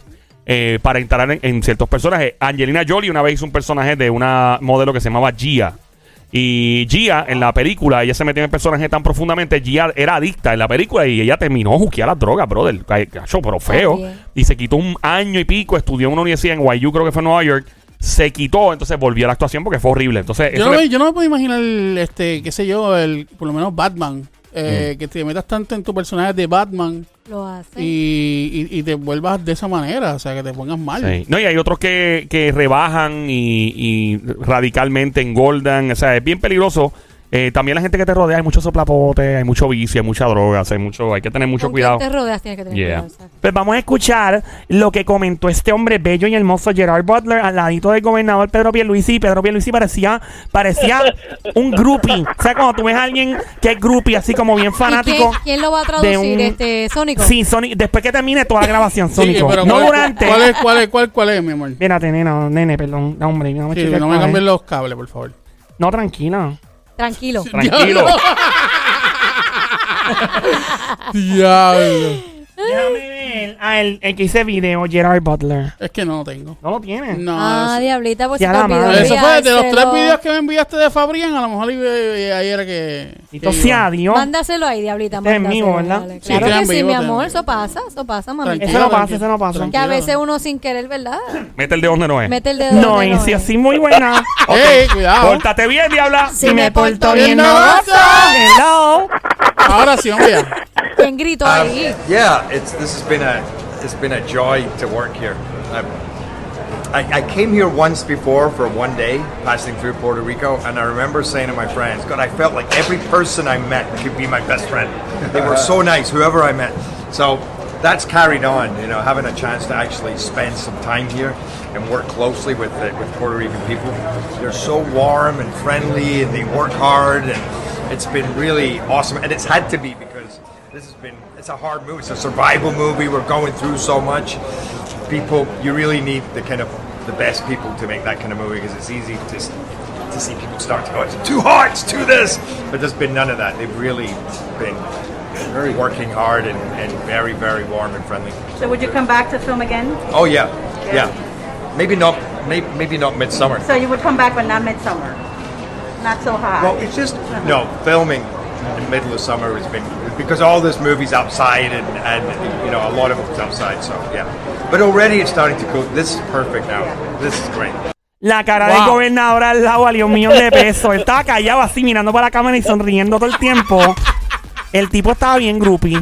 eh, para entrar en, en ciertos personajes. Angelina Jolie una vez hizo un personaje de una modelo que se llamaba Gia. Y Gia, en la película, ella se metió en el personaje tan profundamente. Gia era adicta en la película y ella terminó juquear las drogas, brother. Ay, Cacho, pero feo. También. Y se quitó un año y pico, estudió en una universidad en YU, creo que fue en Nueva York. Se quitó, entonces volvió a la actuación porque fue horrible. Entonces, yo, eso no le- me, yo no me puedo imaginar, este, qué sé yo, el, por lo menos Batman. eh, Mm. Que te metas tanto en tu personaje de Batman lo hace. y, y, y te vuelvas de esa manera, o sea, que te pongas mal. Sí. No, y hay otros que, que rebajan y, y radicalmente engordan. O sea, es bien peligroso. Eh, también la gente que te rodea, hay mucho soplapote, hay mucho vicio, hay mucha droga, hay mucho, hay que tener mucho Con cuidado. quién te rodeas tienes que tener Yeah. cuidado. exacto. Pues vamos a escuchar lo que comentó este hombre bello y hermoso Gerard Butler al ladito del gobernador Pedro Pierluisi. Pedro Pierluisi parecía, parecía un groupie. O sea, cuando tú ves a alguien que es groupie, así como bien ¿Y fanático. quién, quién lo va a de traducir? un- Este, Sónico. Sí, Sonic, después que termine toda la grabación, Sí, Sónico. pero no ¿cuál, durante. ¿Cuál es, cuál es, cuál, cuál es, mi amor? Espérate, nena, nene, perdón. No, hombre, no me Sí, cheques, no me ¿cuál es? cambien los cables, por favor. No, tranquila. Tranquilo. Tranquilo. Diablo. Déjame ver a el, el que hice video, Gerard Butler. Es que no lo tengo. No lo tiene. No. Ah, diablita, pues Ya se te la olvidó madre. eso fue de los tres enviárselo. videos que me enviaste de Fabrián. A lo mejor ayer que. Y que tú sea, iba. Dios. Mándaselo ahí, diablita. Este es mándaselo, mío, ¿verdad? dale. Sí, Claro está que este en sí, vivo, mi está en amor. vivo. Eso pasa, eso pasa, mami. Tranquilo, Eso no pasa, tranquilo, eso no pasa. Que a tranquilo. veces uno sin querer, ¿verdad? Mete el dedo donde no es. Mete el dedo. No, donde y si es. así muy buena. Ok. ¡Ey, cuidado! Pórtate bien, diabla. Si me porto bien, no gozo. Hello. Ahora sí, hombre. ya. ¿Quién gritó Ah. Um, ahí? yeah, it's this has been a it's been a joy to work here. I, I, I came here once before for one day, passing through Puerto Rico, and I remember saying to my friends, "God, I felt like every person I met could be my best friend. They were so nice, whoever I met." So that's carried on, you know, having a chance to actually spend some time here and work closely with the, with Puerto Rican people. They're so warm and friendly, and they work hard, and it's been really awesome. And it's had to be because this has been it's a hard movie. It's a survival movie. We're going through so much. People, you really need the kind of the best people to make that kind of movie because it's easy to s- to see people start to go, it's too hot, it's too this. But there's been none of that. They've really been very working hard and, and very very warm and friendly. So would you come back to film again? Oh yeah, yeah. Maybe not. Maybe, maybe not midsummer. So you would come back, but not midsummer, not so hot. Well, it's just no filming in the middle of summer has been because all this movie's outside and, and you know a lot of it's outside. So yeah, but already it's starting to cool. This is perfect now. This is great. La cara Wow. del gobernador al lado valió un millón de pesos. Él estaba callado así, mirando para la cámara y sonriendo todo el tiempo. El tipo estaba bien groupie.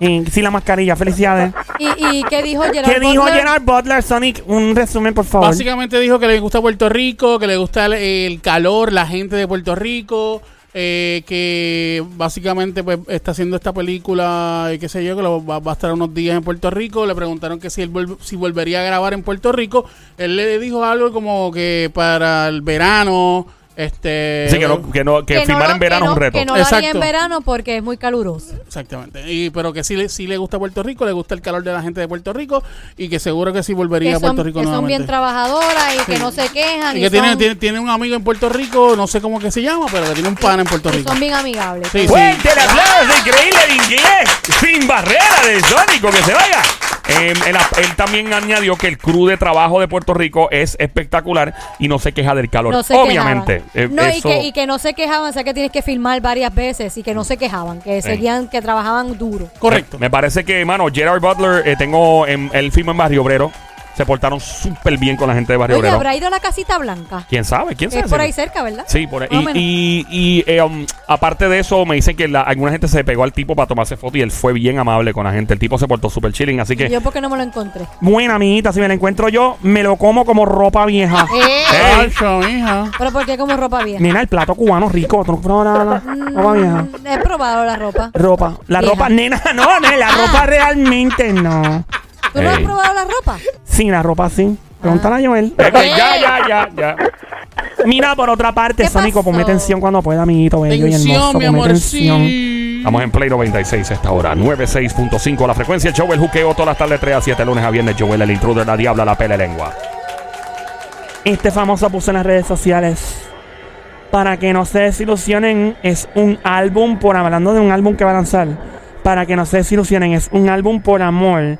Y sin la mascarilla, felicidades. ¿Y, y qué dijo Gerard? ¿Qué dijo Butler? Gerard Butler, Sonic? Un resumen, por favor. Básicamente dijo que le gusta Puerto Rico, que le gusta el, el calor, la gente de Puerto Rico. eh, que básicamente pues está haciendo esta película y qué sé yo que lo, va, va a estar unos días en Puerto Rico le preguntaron que si él vol- si volvería a grabar en Puerto Rico él le dijo algo como que para el verano este Sí, que, no, que, no, que no filmar lo- en verano que es un no- reto. Que no lo haría en Exacto. verano porque es muy caluroso. Exactamente. Y, pero que sí, le- sí le gusta Puerto Rico, le gusta el calor de la gente de Puerto Rico y que seguro que sí volvería Que a Puerto son, Rico que son bien nuevamente. trabajadoras y que Sí. no se quejan. y que tiene, son- tiene, tiene un amigo en Puerto Rico, no sé cómo que se llama, pero que tiene un pana en Puerto y Rico. son bien amigables. Sí, sí. Fuerte el aplauso increíble de inglés. eh. Sin barrera del Sónico, que se vaya. Eh, él, él también añadió que el crew de trabajo de Puerto Rico es espectacular y no se queja del calor. No se Obviamente. eh, e- quejaban. No, y, eso- que, y que no se quejaban, o sea que tienes que filmar varias veces y que no se quejaban, que seguían, que trabajaban duro. Correcto. Me parece que, mano, Gerard Butler, eh, tengo en, el filme en Barrio Obrero. Se portaron súper bien con la gente de Barrio Oye, Obrero. habrá ido a la casita blanca. ¿Quién sabe? ¿Quién sabe? Es por ahí cerca, ¿verdad? Sí, por ahí. Más o menos. Y, y, y, eh, um, aparte de eso, me dicen que la- alguna gente se pegó al tipo para tomarse foto y él fue bien amable con la gente. El tipo se portó súper chilling, así que. Y yo porque no me lo encontré. Buena, amiguita, si me la encuentro yo, me lo como como ropa vieja. Eh, Chacho, mija. Pero porque como ropa vieja. Mira, el plato cubano rico. ¿Tú no has probado la- la- la ropa vieja? Mm, He probado la ropa. Ropa. La Vieja. Ah. ropa, nena, no, nena, la ropa realmente no. ¿Tú no has Ey. probado la ropa? Sí, la ropa sí. Pregúntale a Joel. Ah. Eh, pues, ya, ya, ya, ya. Mira, por otra parte, ¿Qué Sónico, pasó? ponme tensión cuando pueda, amiguito bello y Tensión, hermoso. mi ponme tensión. amorcito. Estamos en Play 96 a esta hora. 96.5 la frecuencia. El show, el juqueo, todas las tardes 3 a 7, lunes a viernes. Joel, el intruder, la diabla, la pele lengua. Este famoso puso en las redes sociales. Para que no se desilusionen, es un álbum por hablando de un álbum que va a lanzar. Para que no se desilusionen, es un álbum por amor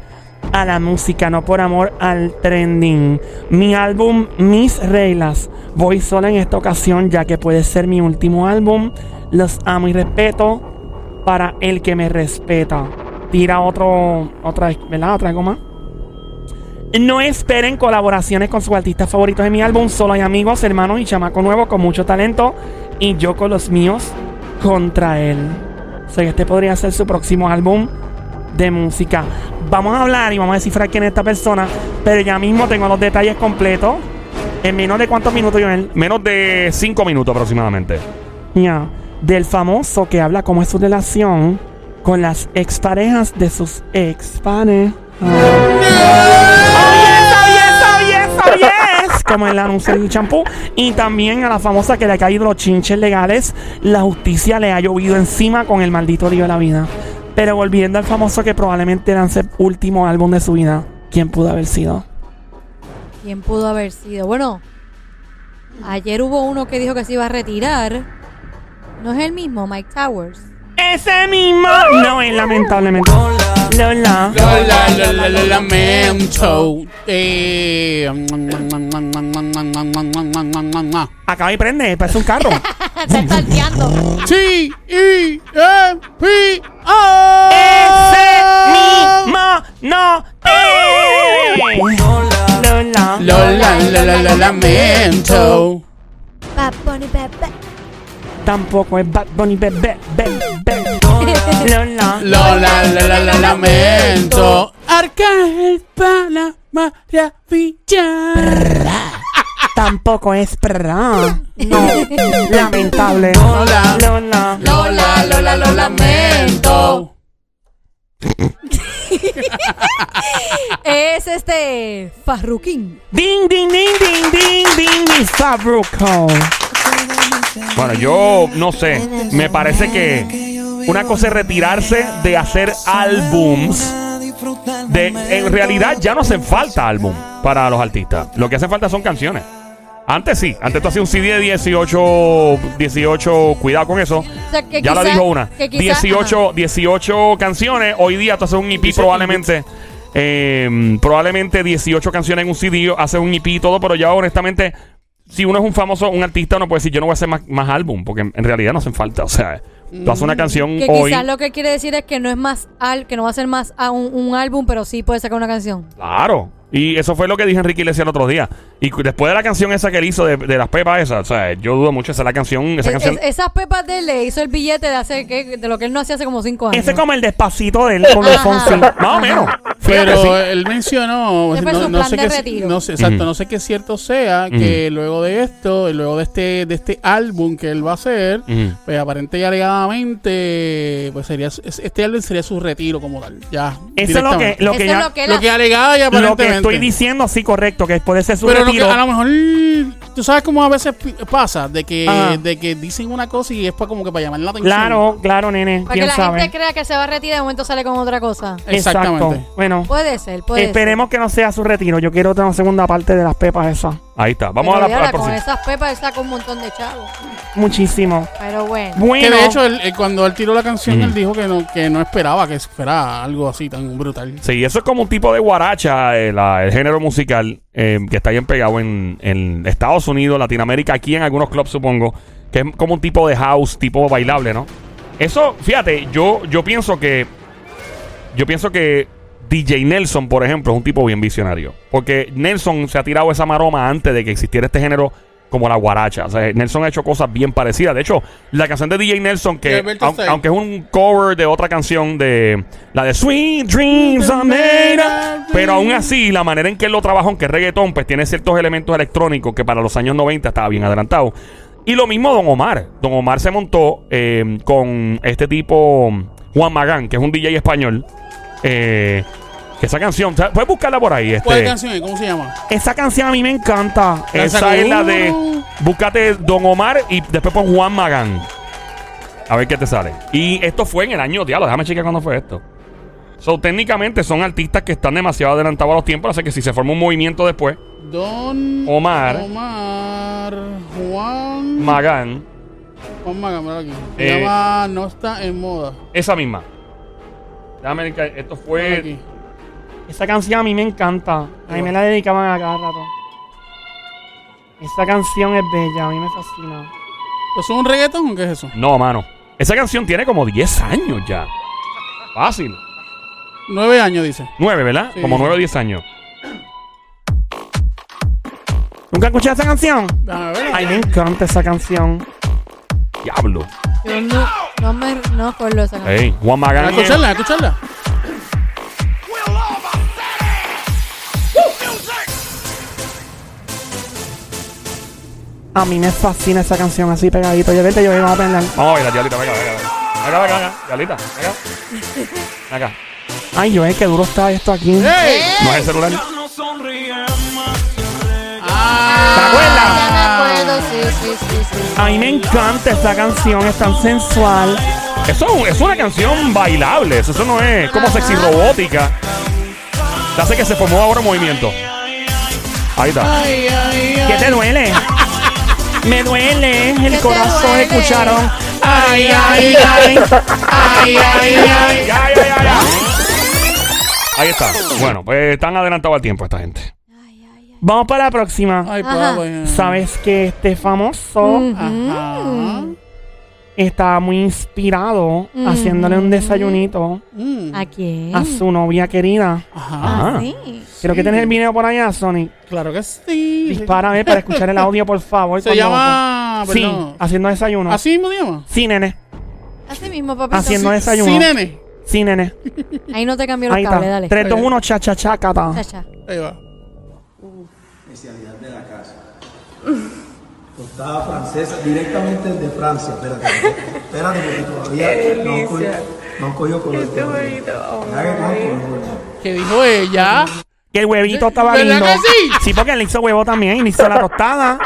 a la música, no por amor al trending. Mi álbum, mis reglas. Voy sola en esta ocasión, ya que puede ser mi último álbum. Los amo y respeto para el que me respeta. Tira otro, otra, ¿verdad? Otra goma. No esperen colaboraciones con sus artistas favoritos en mi álbum. Solo hay amigos, hermanos y chamacos nuevos con mucho talento. Y yo con los míos contra él. O sea que este podría ser su próximo álbum de música. Vamos a hablar y vamos a descifrar quién es esta persona. Pero ya mismo tengo los detalles completos. En menos de cuántos minutos, Joel. Menos de 5 minutos aproximadamente. Ya. Del famoso que habla cómo es su relación con las exparejas de sus exparejas. Oh, yes, oh, yes, oh, yes, oh, yes. Como el anuncio del champú. Y también a la famosa que le ha caído los chinches legales. La justicia le ha llovido encima con el maldito lío de la vida. Pero volviendo al famoso que probablemente lance el último álbum de su vida. ¿Quién pudo haber sido? ¿Quién pudo haber sido? Bueno, ayer hubo uno que dijo que se iba a retirar. No es el mismo, Mike Towers. Ese mismo. No es lamentablemente. La, Lola. la, la, la, la, lamento. Eh, mm, Acaba y prende, parece un carro. Está salteando. T E M P O. ¡Ese mismo no es! Lola. Lola, la, la, la, lamento. Bad Bunny, bad, bad. Tampoco es Bad Bunny, bebé, bebé. Lola. Lola, la, la, la, lamento. Arcángel para María Villar. Tampoco es pra. No. Lamentable. Lola. Lola. Lola, Lola, lo lamento. Es este. Farruquín. Ding, ding, ding, ding, ding, ding, ding, Fabruco. Bueno, yo no sé. Me parece que una cosa es retirarse de hacer álbums. De, en realidad ya no hacen falta álbum para los artistas. Lo que hacen falta son canciones. Antes sí, antes tú hacías un CD de 18, 18, cuidado con eso. O sea, que ya lo quizá- dijo una. que quizá- 18, 18 canciones. Hoy día tú haces un EP probablemente. eh, probablemente 18 canciones en un CD, haces un EP y todo, pero ya honestamente, si uno es un famoso, un artista, no puede decir yo no voy a hacer más, más álbum, porque en en realidad no hacen falta. O sea, tú haces una canción Mm, Que hoy. quizás lo que quiere decir es que no es más al, que no va a ser más a un, un álbum, pero sí puede sacar una canción. Claro. Y eso fue lo que dije Enrique Iglesias el otro día. Y cu- después de la canción esa que él hizo de, de las pepas esas, o sea, yo dudo mucho esa la canción, esa Es- canción. Eh, es- esas pepas de él le hizo el billete de hace que de lo que él no hacía hace como cinco años. Ese es como el despacito de él con los Fonsi. más o menos. Fíjate, sí. Pero eh, él mencionó, Ese fue no, su no plan sé de qué, si- retiro. no sé, exacto, no sé qué cierto sea que luego de esto, y luego de este, de este álbum que él va a hacer, Ujú. pues aparente y alegadamente, pues sería, su- es- este álbum sería su retiro como tal, ya. Eso es lo que, directamente. lo que Eso ya- es lo que él lo que alegada y lo que aparentemente. estoy diciendo, sí, correcto, que puede ser su Pero lo que ah, retiro. a lo mejor, tú sabes cómo a veces pi- pasa, de que, Ajá. de que dicen una cosa y es pa- como que para llamar la atención. Claro, claro, nene. Para que ¿Quién la sabe? gente crea que se va a retirar y de momento sale con otra cosa. Exactamente. Exacto. Bueno, Puede ser, puede esperemos que no sea su retiro. Yo quiero otra segunda parte de las pepas esas. Ahí está. ser. Vamos a la, Pero a la mírala, con próxima. esas pepas él saca un montón de chavos. Muchísimo. Pero bueno. Que Bueno, de hecho, él- él cuando él tiró la canción, Mm. él dijo que no, que no esperaba que fuera algo así tan brutal. Sí, eso es como un tipo de guaracha, eh, la- el género musical eh, que está bien pegado en, en Estados Unidos, Latinoamérica, aquí en algunos clubs supongo, que es como un tipo de house, tipo bailable, ¿no? Eso, fíjate, yo, yo pienso que yo pienso que DJ Nelson, por ejemplo, es un tipo bien visionario. Porque Nelson se ha tirado esa maroma antes de que existiera este género como la guaracha. O sea, Nelson ha hecho cosas bien parecidas. De hecho, la canción de DJ Nelson, De que Alberto aun- Stein. aunque es un cover de otra canción de la de Sweet Dreams are made of- pero aún así, la manera en que él lo trabajó, aunque es reggaetón, pues tiene ciertos elementos electrónicos que para los años 90 estaba bien adelantado. Y lo mismo Don Omar. Don Omar se montó eh, con este tipo, Juan Magán, que es un DJ español. Eh, que esa canción, o sea, puedes buscarla por ahí. Este, ¿Cuál canción es? ¿Cómo se llama? Esa canción a mí me encanta. esa saco es la de. uno. Búscate Don Omar y después pon Juan Magán. A ver qué te sale. Y esto fue en el año, diablo, déjame checar cuándo fue esto. So, técnicamente son artistas que están demasiado adelantados a los tiempos, así que si se forma un movimiento después, Don Omar. Omar Juan Magán, Juan Magán, mira aquí. Se Eh. llama No está en moda. esa misma. Déjame ver que esto Mira Pues- fue. aquí. Esa canción a mí me encanta. A mí me la dedicaban a cada rato. Esa canción es bella, a mí me fascina. ¿Eso es un reggaetón o qué es eso? No, mano. Esa canción tiene como 10 años ya. Fácil. Nueve años dice. 9, ¿verdad? Sí. Como 9 o 10 años. ¿Nunca escuchaste esa canción? Déjame ver. Ay, me encanta esa canción. Diablo. Yo no, no me no acuerdo esa canción. Ey, Juan Magán. A es- escucharla, a escucharla. A mí me fascina esa canción así pegadito. Ya vete, yo voy a aprender. Vamos a bailar, Diablita, venga, venga, venga. Venga, venga, venga, Diablita, venga. Ven acá. Ay, yo, eh, qué duro está esto aquí. ¡Ey! No es el celular. Ah, ¿Te Ya acuerdas? me acuerdo, sí, sí, sí, sí. A mí me encanta esta canción, es tan sensual. Eso es un- es una canción bailable. Eso, eso no es como sexy Ajá. robótica. Te hace que se formó ahora un movimiento. Ahí está. ¿Qué te duele? me duele el te corazón, duele? escucharon. ay, ay, ay. Ay, ay, ay. Ya, ya, ya, ya. Ahí está. Bueno, pues están adelantados al tiempo esta gente. Ay, ay, ay. Vamos para la próxima. Ay, Ajá. papá. eh. Sabes que este famoso Mm. Ajá. estaba muy inspirado Mm. haciéndole un desayunito Mm. ¿A quién? a su novia querida. Ajá. Ajá. Ah, sí. Creo que tienes el video por allá, Sony. Claro que sí. Dispárame para escuchar el audio, por favor. Se cuando- llama. Sí, perdón. haciendo desayuno. Así mismo se llama. Sí, nene. Así mismo, papi. Haciendo Sí. desayuno. Sí, nene. Sí, nene. Ahí no te cambió Ahí los está. cables, dale. 3, 2, 1, cha, cha, cha, cata. Chacha. Ahí va. Tostada francesa, directamente desde Francia. Espérate, espérate, porque todavía no han cogido, no han cogido color. Ya que cojan color. ¿Qué dijo ella? Que el huevito estaba ¿Verdad lindo. que sí? porque le hizo huevo también. Y le hizo la tostada.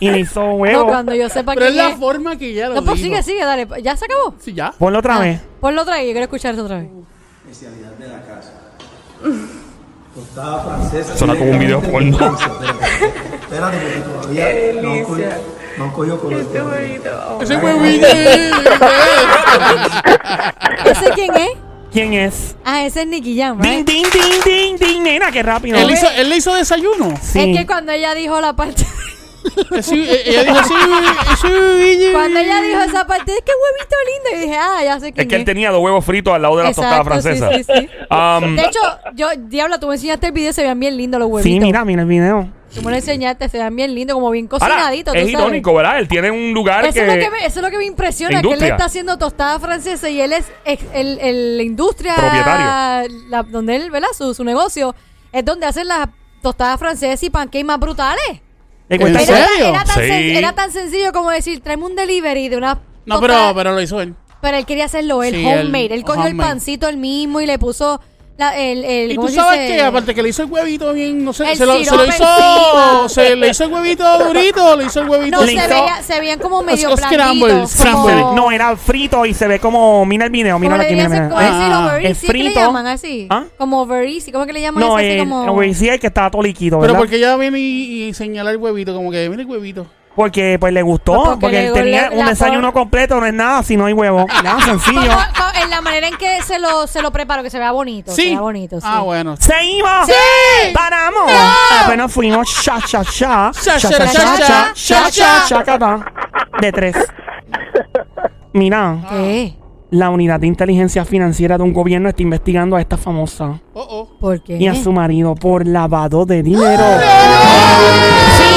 y le hizo No, huevo. cuando yo sepa Pero es quién la es. forma que ella lo No, pues dijo. sigue, sigue, dale. ¿Ya se acabó? Sí, ya. Ponlo otra vez. Ah, ponlo otra vez, yo quiero escuchar eso otra vez. Tostada francesa. Suena como un video directamente porno. desde Francia, Espérate, espérate, porque todavía no han cogido, no han cogido color. Ese huevito. ¿Ese quién es? ¿Quién es? Ah, ese es Nicky Jam, ¿right? Ding, ding, ding, ding, ding. Nena, qué rápido. él, hizo, él le hizo desayuno. Sí. Es que cuando ella dijo la parte. Sí, eh, ella dijo sí, sí, sí. cuando ella dijo esa parte, es que huevito lindo. Y dije, ah, ya sé quién Es es. que él tenía dos huevos fritos al lado de la tostada Exacto, sí, francesa. sí, sí. Am, De hecho, yo, Diabla, tú me enseñaste el video y se veían bien lindos los huevitos. Sí, mira, mira el video. Tú me lo enseñaste, se veían bien lindos, como bien ahora, cocinaditos. tú es sabes. irónico, ¿verdad? Él tiene un lugar Eso, que. es lo que me, eso es lo que me impresiona, que él Industria. está haciendo tostada francesa y él es ex- el, el- la industria... Propietario. la- donde él, ¿verdad? Su, su negocio es donde hacen las tostadas francesas y pancakes más brutales. Le ¿En cuesta- Era, serio? era tan Sí. sen- era tan sencillo como decir, tráeme un delivery de una... No, tostada- pero, pero lo hizo él. pero él quería hacerlo él, Sí, homemade. él- Él cogió el homemade. pancito él mismo y le puso... La, el, el, Y ¿cómo tú se sabes dice? que, aparte que le hizo el huevito bien, no sé, El se lo, se lo sirope encima. hizo, se le hizo el huevito durito, le hizo el huevito. No, Listo. se, veía- se veían como medio O- o scramble, blanditos. scramble. como- No, era frito y se ve como. Mira el video. ¿Cómo Míralo le aquí, mira, dirían? mira. ¿Cómo Eh, es el Ah, over es easy? ¿Qué le frito. llaman así? ¿Ah? Como over easy. ¿Cómo que le llaman No, eso eh, así el, como...? el huevecillo es que estaba todo líquido, Pero ¿verdad? porque ella viene y, y señala el huevito, como que mira el huevito. Porque pues le gustó, Pues porque, porque le él dio tenía la- un la desayuno por- completo, no es nada si no hay huevo. Nada Como- sencillo. como en la manera en que se lo, se lo preparo, que se vea bonito. Se Sí. vea bonito, sí. Ah, bueno. ¡Seguimos! ¡Sí! ¡Paramos! ¡No! Apenas fuimos cha cha cha. Cha, cha, cha, cha, cha, cha, cha, cha, cha. cha, cha, cha. De tres. Mira, ¿Qué? la unidad de inteligencia financiera de un gobierno está investigando a esta famosa Oh, oh. ¿Por qué? y a su marido por lavado de dinero. Sí, sí.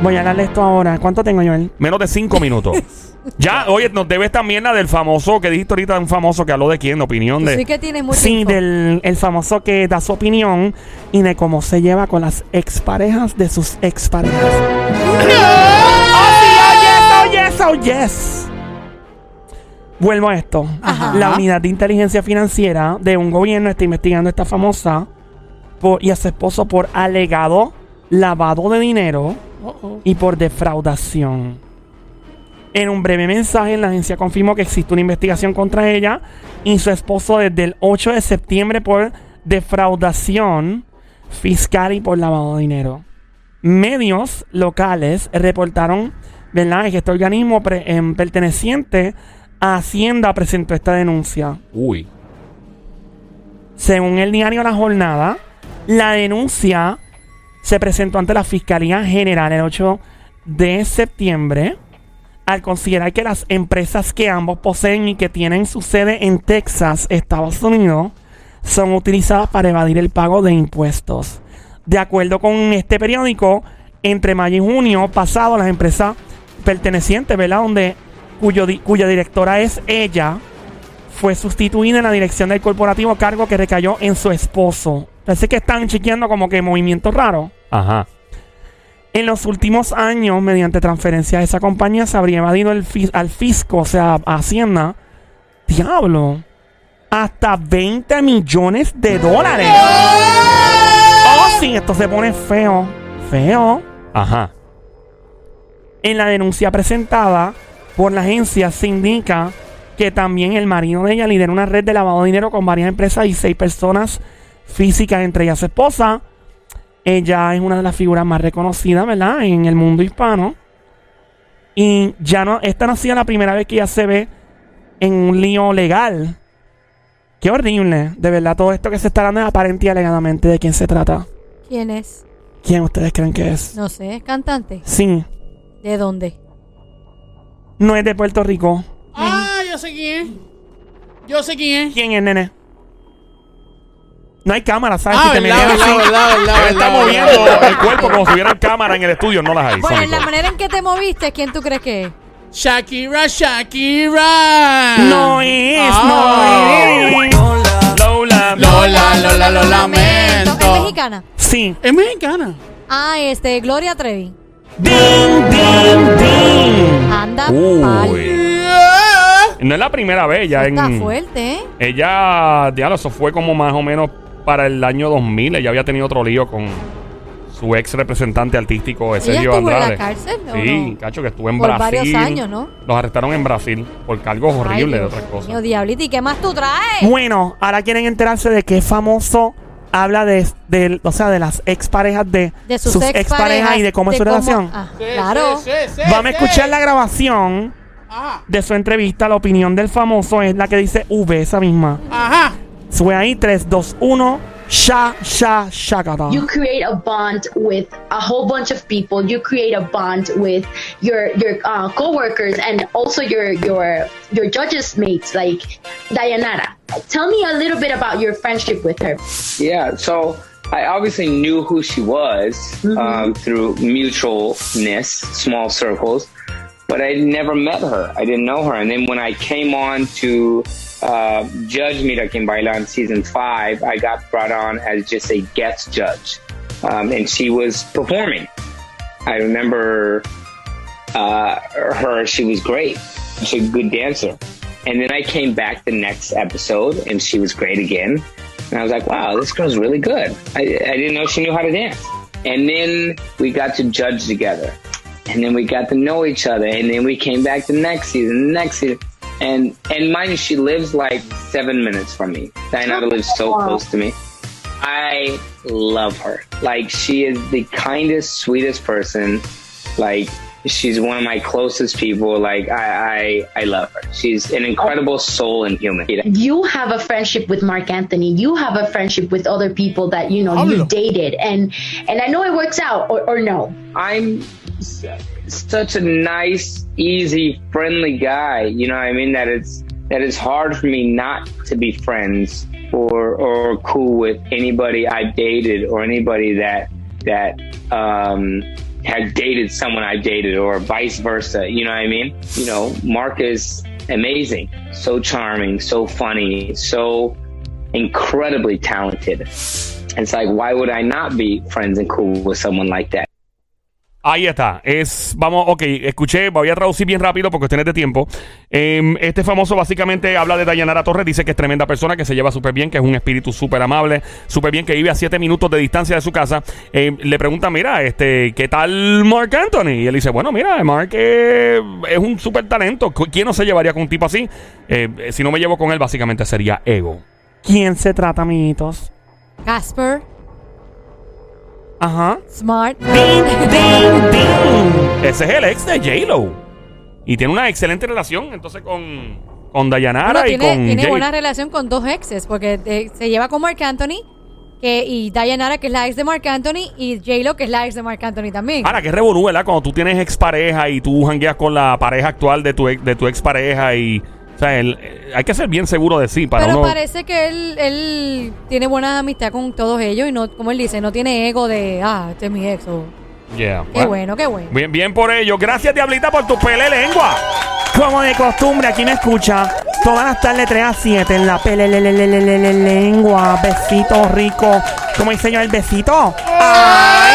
Voy a darle esto ahora. ¿Cuánto tengo, Joel? Menos de cinco minutos. ya, oye, nos debe también la del famoso que dijiste ahorita, un famoso que habló de quién, opinión Tú de. sí que tiene mucho Sí, del el famoso que da su opinión y de cómo se lleva con las exparejas de sus exparejas. Oh, sí, oh, yes, oh, yes, oh, yes. Vuelvo a esto. Ajá. La unidad de inteligencia financiera de un gobierno está investigando a esta famosa por- y a su esposo por alegado lavado de dinero y por defraudación. En un breve mensaje, la agencia confirmó que existe una investigación contra ella y su esposo desde el 8 de septiembre por defraudación fiscal y por lavado de dinero. Medios locales reportaron, ¿verdad?, que este organismo pre- em, perteneciente a Hacienda presentó esta denuncia. Uy. Según el diario La Jornada, la denuncia se presentó ante la Fiscalía General el 8 de septiembre al considerar que las empresas que ambos poseen y que tienen su sede en Texas, Estados Unidos, son utilizadas para evadir el pago de impuestos. De acuerdo con este periódico, entre mayo y junio pasado, las empresas pertenecientes, ¿verdad? Donde, cuyo di- cuya directora es ella, fue sustituida en la dirección del corporativo, cargo que recayó en su esposo. Parece que están chequeando como que movimientos raros. Ajá. En los últimos años, mediante transferencias de esa compañía, se habría evadido el fis- al fisco, o sea, a Hacienda. Diablo. Hasta 20 millones de dólares. Oh, sí, esto se pone feo. Feo. Ajá. En la denuncia presentada por la agencia se indica que también el marido de ella lidera una red de lavado de dinero con varias empresas y seis personas físicas, entre ellas su esposa. Ella es una de las figuras más reconocidas, ¿verdad?, en el mundo hispano. Y ya no, esta no ha sido la primera vez que ella se ve en un lío legal. Qué horrible, de verdad, todo esto que se está dando es aparente y alegadamente de quién se trata. ¿Quién es? ¿Quién ustedes creen que es? No sé, ¿es cantante? Sí, ¿De dónde? no es de Puerto Rico. Ah, yo sé quién es. Yo sé quién es. ¿Quién es, nene? No hay cámara, ¿sabes? Ah, si te me verdad, llevas verdad, así. verdad, verdad, Él está verdad, moviendo verdad. el cuerpo como si hubiera cámara en el estudio, no las hay. Bueno, en Sónico. la manera en que te moviste, ¿quién tú crees que es? Shakira, Shakira. No eh. es, no es. Ah. Lola, Lola, Lola, lo lamento. ¿Es mexicana? Sí. Es mexicana. Ah, este, Gloria Trevi. Ding, ding, ding. Anda, pal. Uy. No es la primera vez, ya Está en. fuerte, ¿eh? Ella, diablo, eso fue como más o menos para el año 2000. Ella había tenido otro lío con su ex representante artístico, Sergio estuvo en la Andrade. cárcel, ¿o Sí, no? cacho, que estuvo en Por Brasil. varios años, ¿no? Los arrestaron en Brasil por cargos horribles de Dios otras cosas. mío, diablito, ¿y qué más tú traes? Bueno, ahora quieren enterarse de qué famoso habla de, del- o sea, de las exparejas de, De sus, exparejas y de cómo Ah. es su relación. Ah, claro. Vamos a escuchar la grabación Ajá. de su entrevista. La opinión del famoso es la que dice V, esa misma. Ajá. Sube ahí, 3, 2, 1. Sha, sha, shakata. you create a bond with a whole bunch of people you create a bond with your your uh, co-workers and also your your your judges mates like Dayanara tell me a little bit about your friendship with her Yeah, so I obviously knew who she was Mm-hmm. um, through mutualness, small circles, but I never met her. I didn't know her. And then when I came on to uh, Judge Mira Kimbaila in season five, I got brought on as just a guest judge. Um, and she was performing. I remember uh, her, she was great. She's a good dancer. And then I came back the next episode and she was great again. And I was like, wow, this girl's really good. I, I didn't know she knew how to dance. And then we got to judge together. And then we got to know each other. And then we came back the next season, the next season. And and mind you, she lives like seven minutes from me. Diana lives so close to me. I love her. Like she is the kindest, sweetest person. Like she's one of my closest people. Like I I, I love her. She's an incredible soul and human. you have a friendship with Mark Anthony. You have a friendship with other people that you know you Pablo. dated, and and I know it works out or, or no. I'm s- such a nice, easy, friendly guy. You know what I mean? That it's that it's hard for me not to be friends or or cool with anybody I dated or anybody that that um, had dated someone I dated or vice versa. You know what I mean? You know, Mark is amazing, so charming, so funny, so incredibly talented. It's like, why would I not be friends and cool with someone like that? Ahí está. Es, vamos, ok, escuché, voy a traducir bien rápido por cuestiones de tiempo. Em, este famoso básicamente habla de Dayanara Torres, dice que es tremenda persona, que se lleva súper bien, que es un espíritu súper amable, súper bien, que vive a 7 minutos de distancia de su casa. Em, le pregunta, mira, este, ¿qué tal Mark Anthony? Y él dice, bueno, mira, Mark eh, es un súper talento. Cu- ¿Quién no se llevaría con un tipo así? Eh, si no me llevo con él, básicamente sería ego. ¿Quién se trata, amiguitos? Casper, Ajá. Smart. Ese es el ex de J-Lo. Y tiene una excelente relación entonces con, con Dayanara Bueno, y tiene, con tiene J- buena relación con dos exes, porque eh, se lleva con Mark Anthony que, y Dayanara, que es la ex de Mark Anthony, y J-Lo, que es la ex de Mark Anthony también. Ahora, que revolú, ¿verdad? Cuando tú tienes expareja y tú jangueas con la pareja actual de tu, ex- de tu expareja y... O sea, el- eh, hay que ser bien seguro de sí para Pero uno... parece que él, él tiene buena amistad con todos ellos y no, como él dice, no tiene ego de, ah, este es mi ex. o, Yeah. qué bueno, qué bueno. Bien, bien por ello. Gracias, Diablita, por tu pele lengua. Como de costumbre, aquí me escucha todas las tardes 3 a 7 en la pelelelelelelengua. Besito rico. ¿Cómo dice yo el besito? ¡Ay!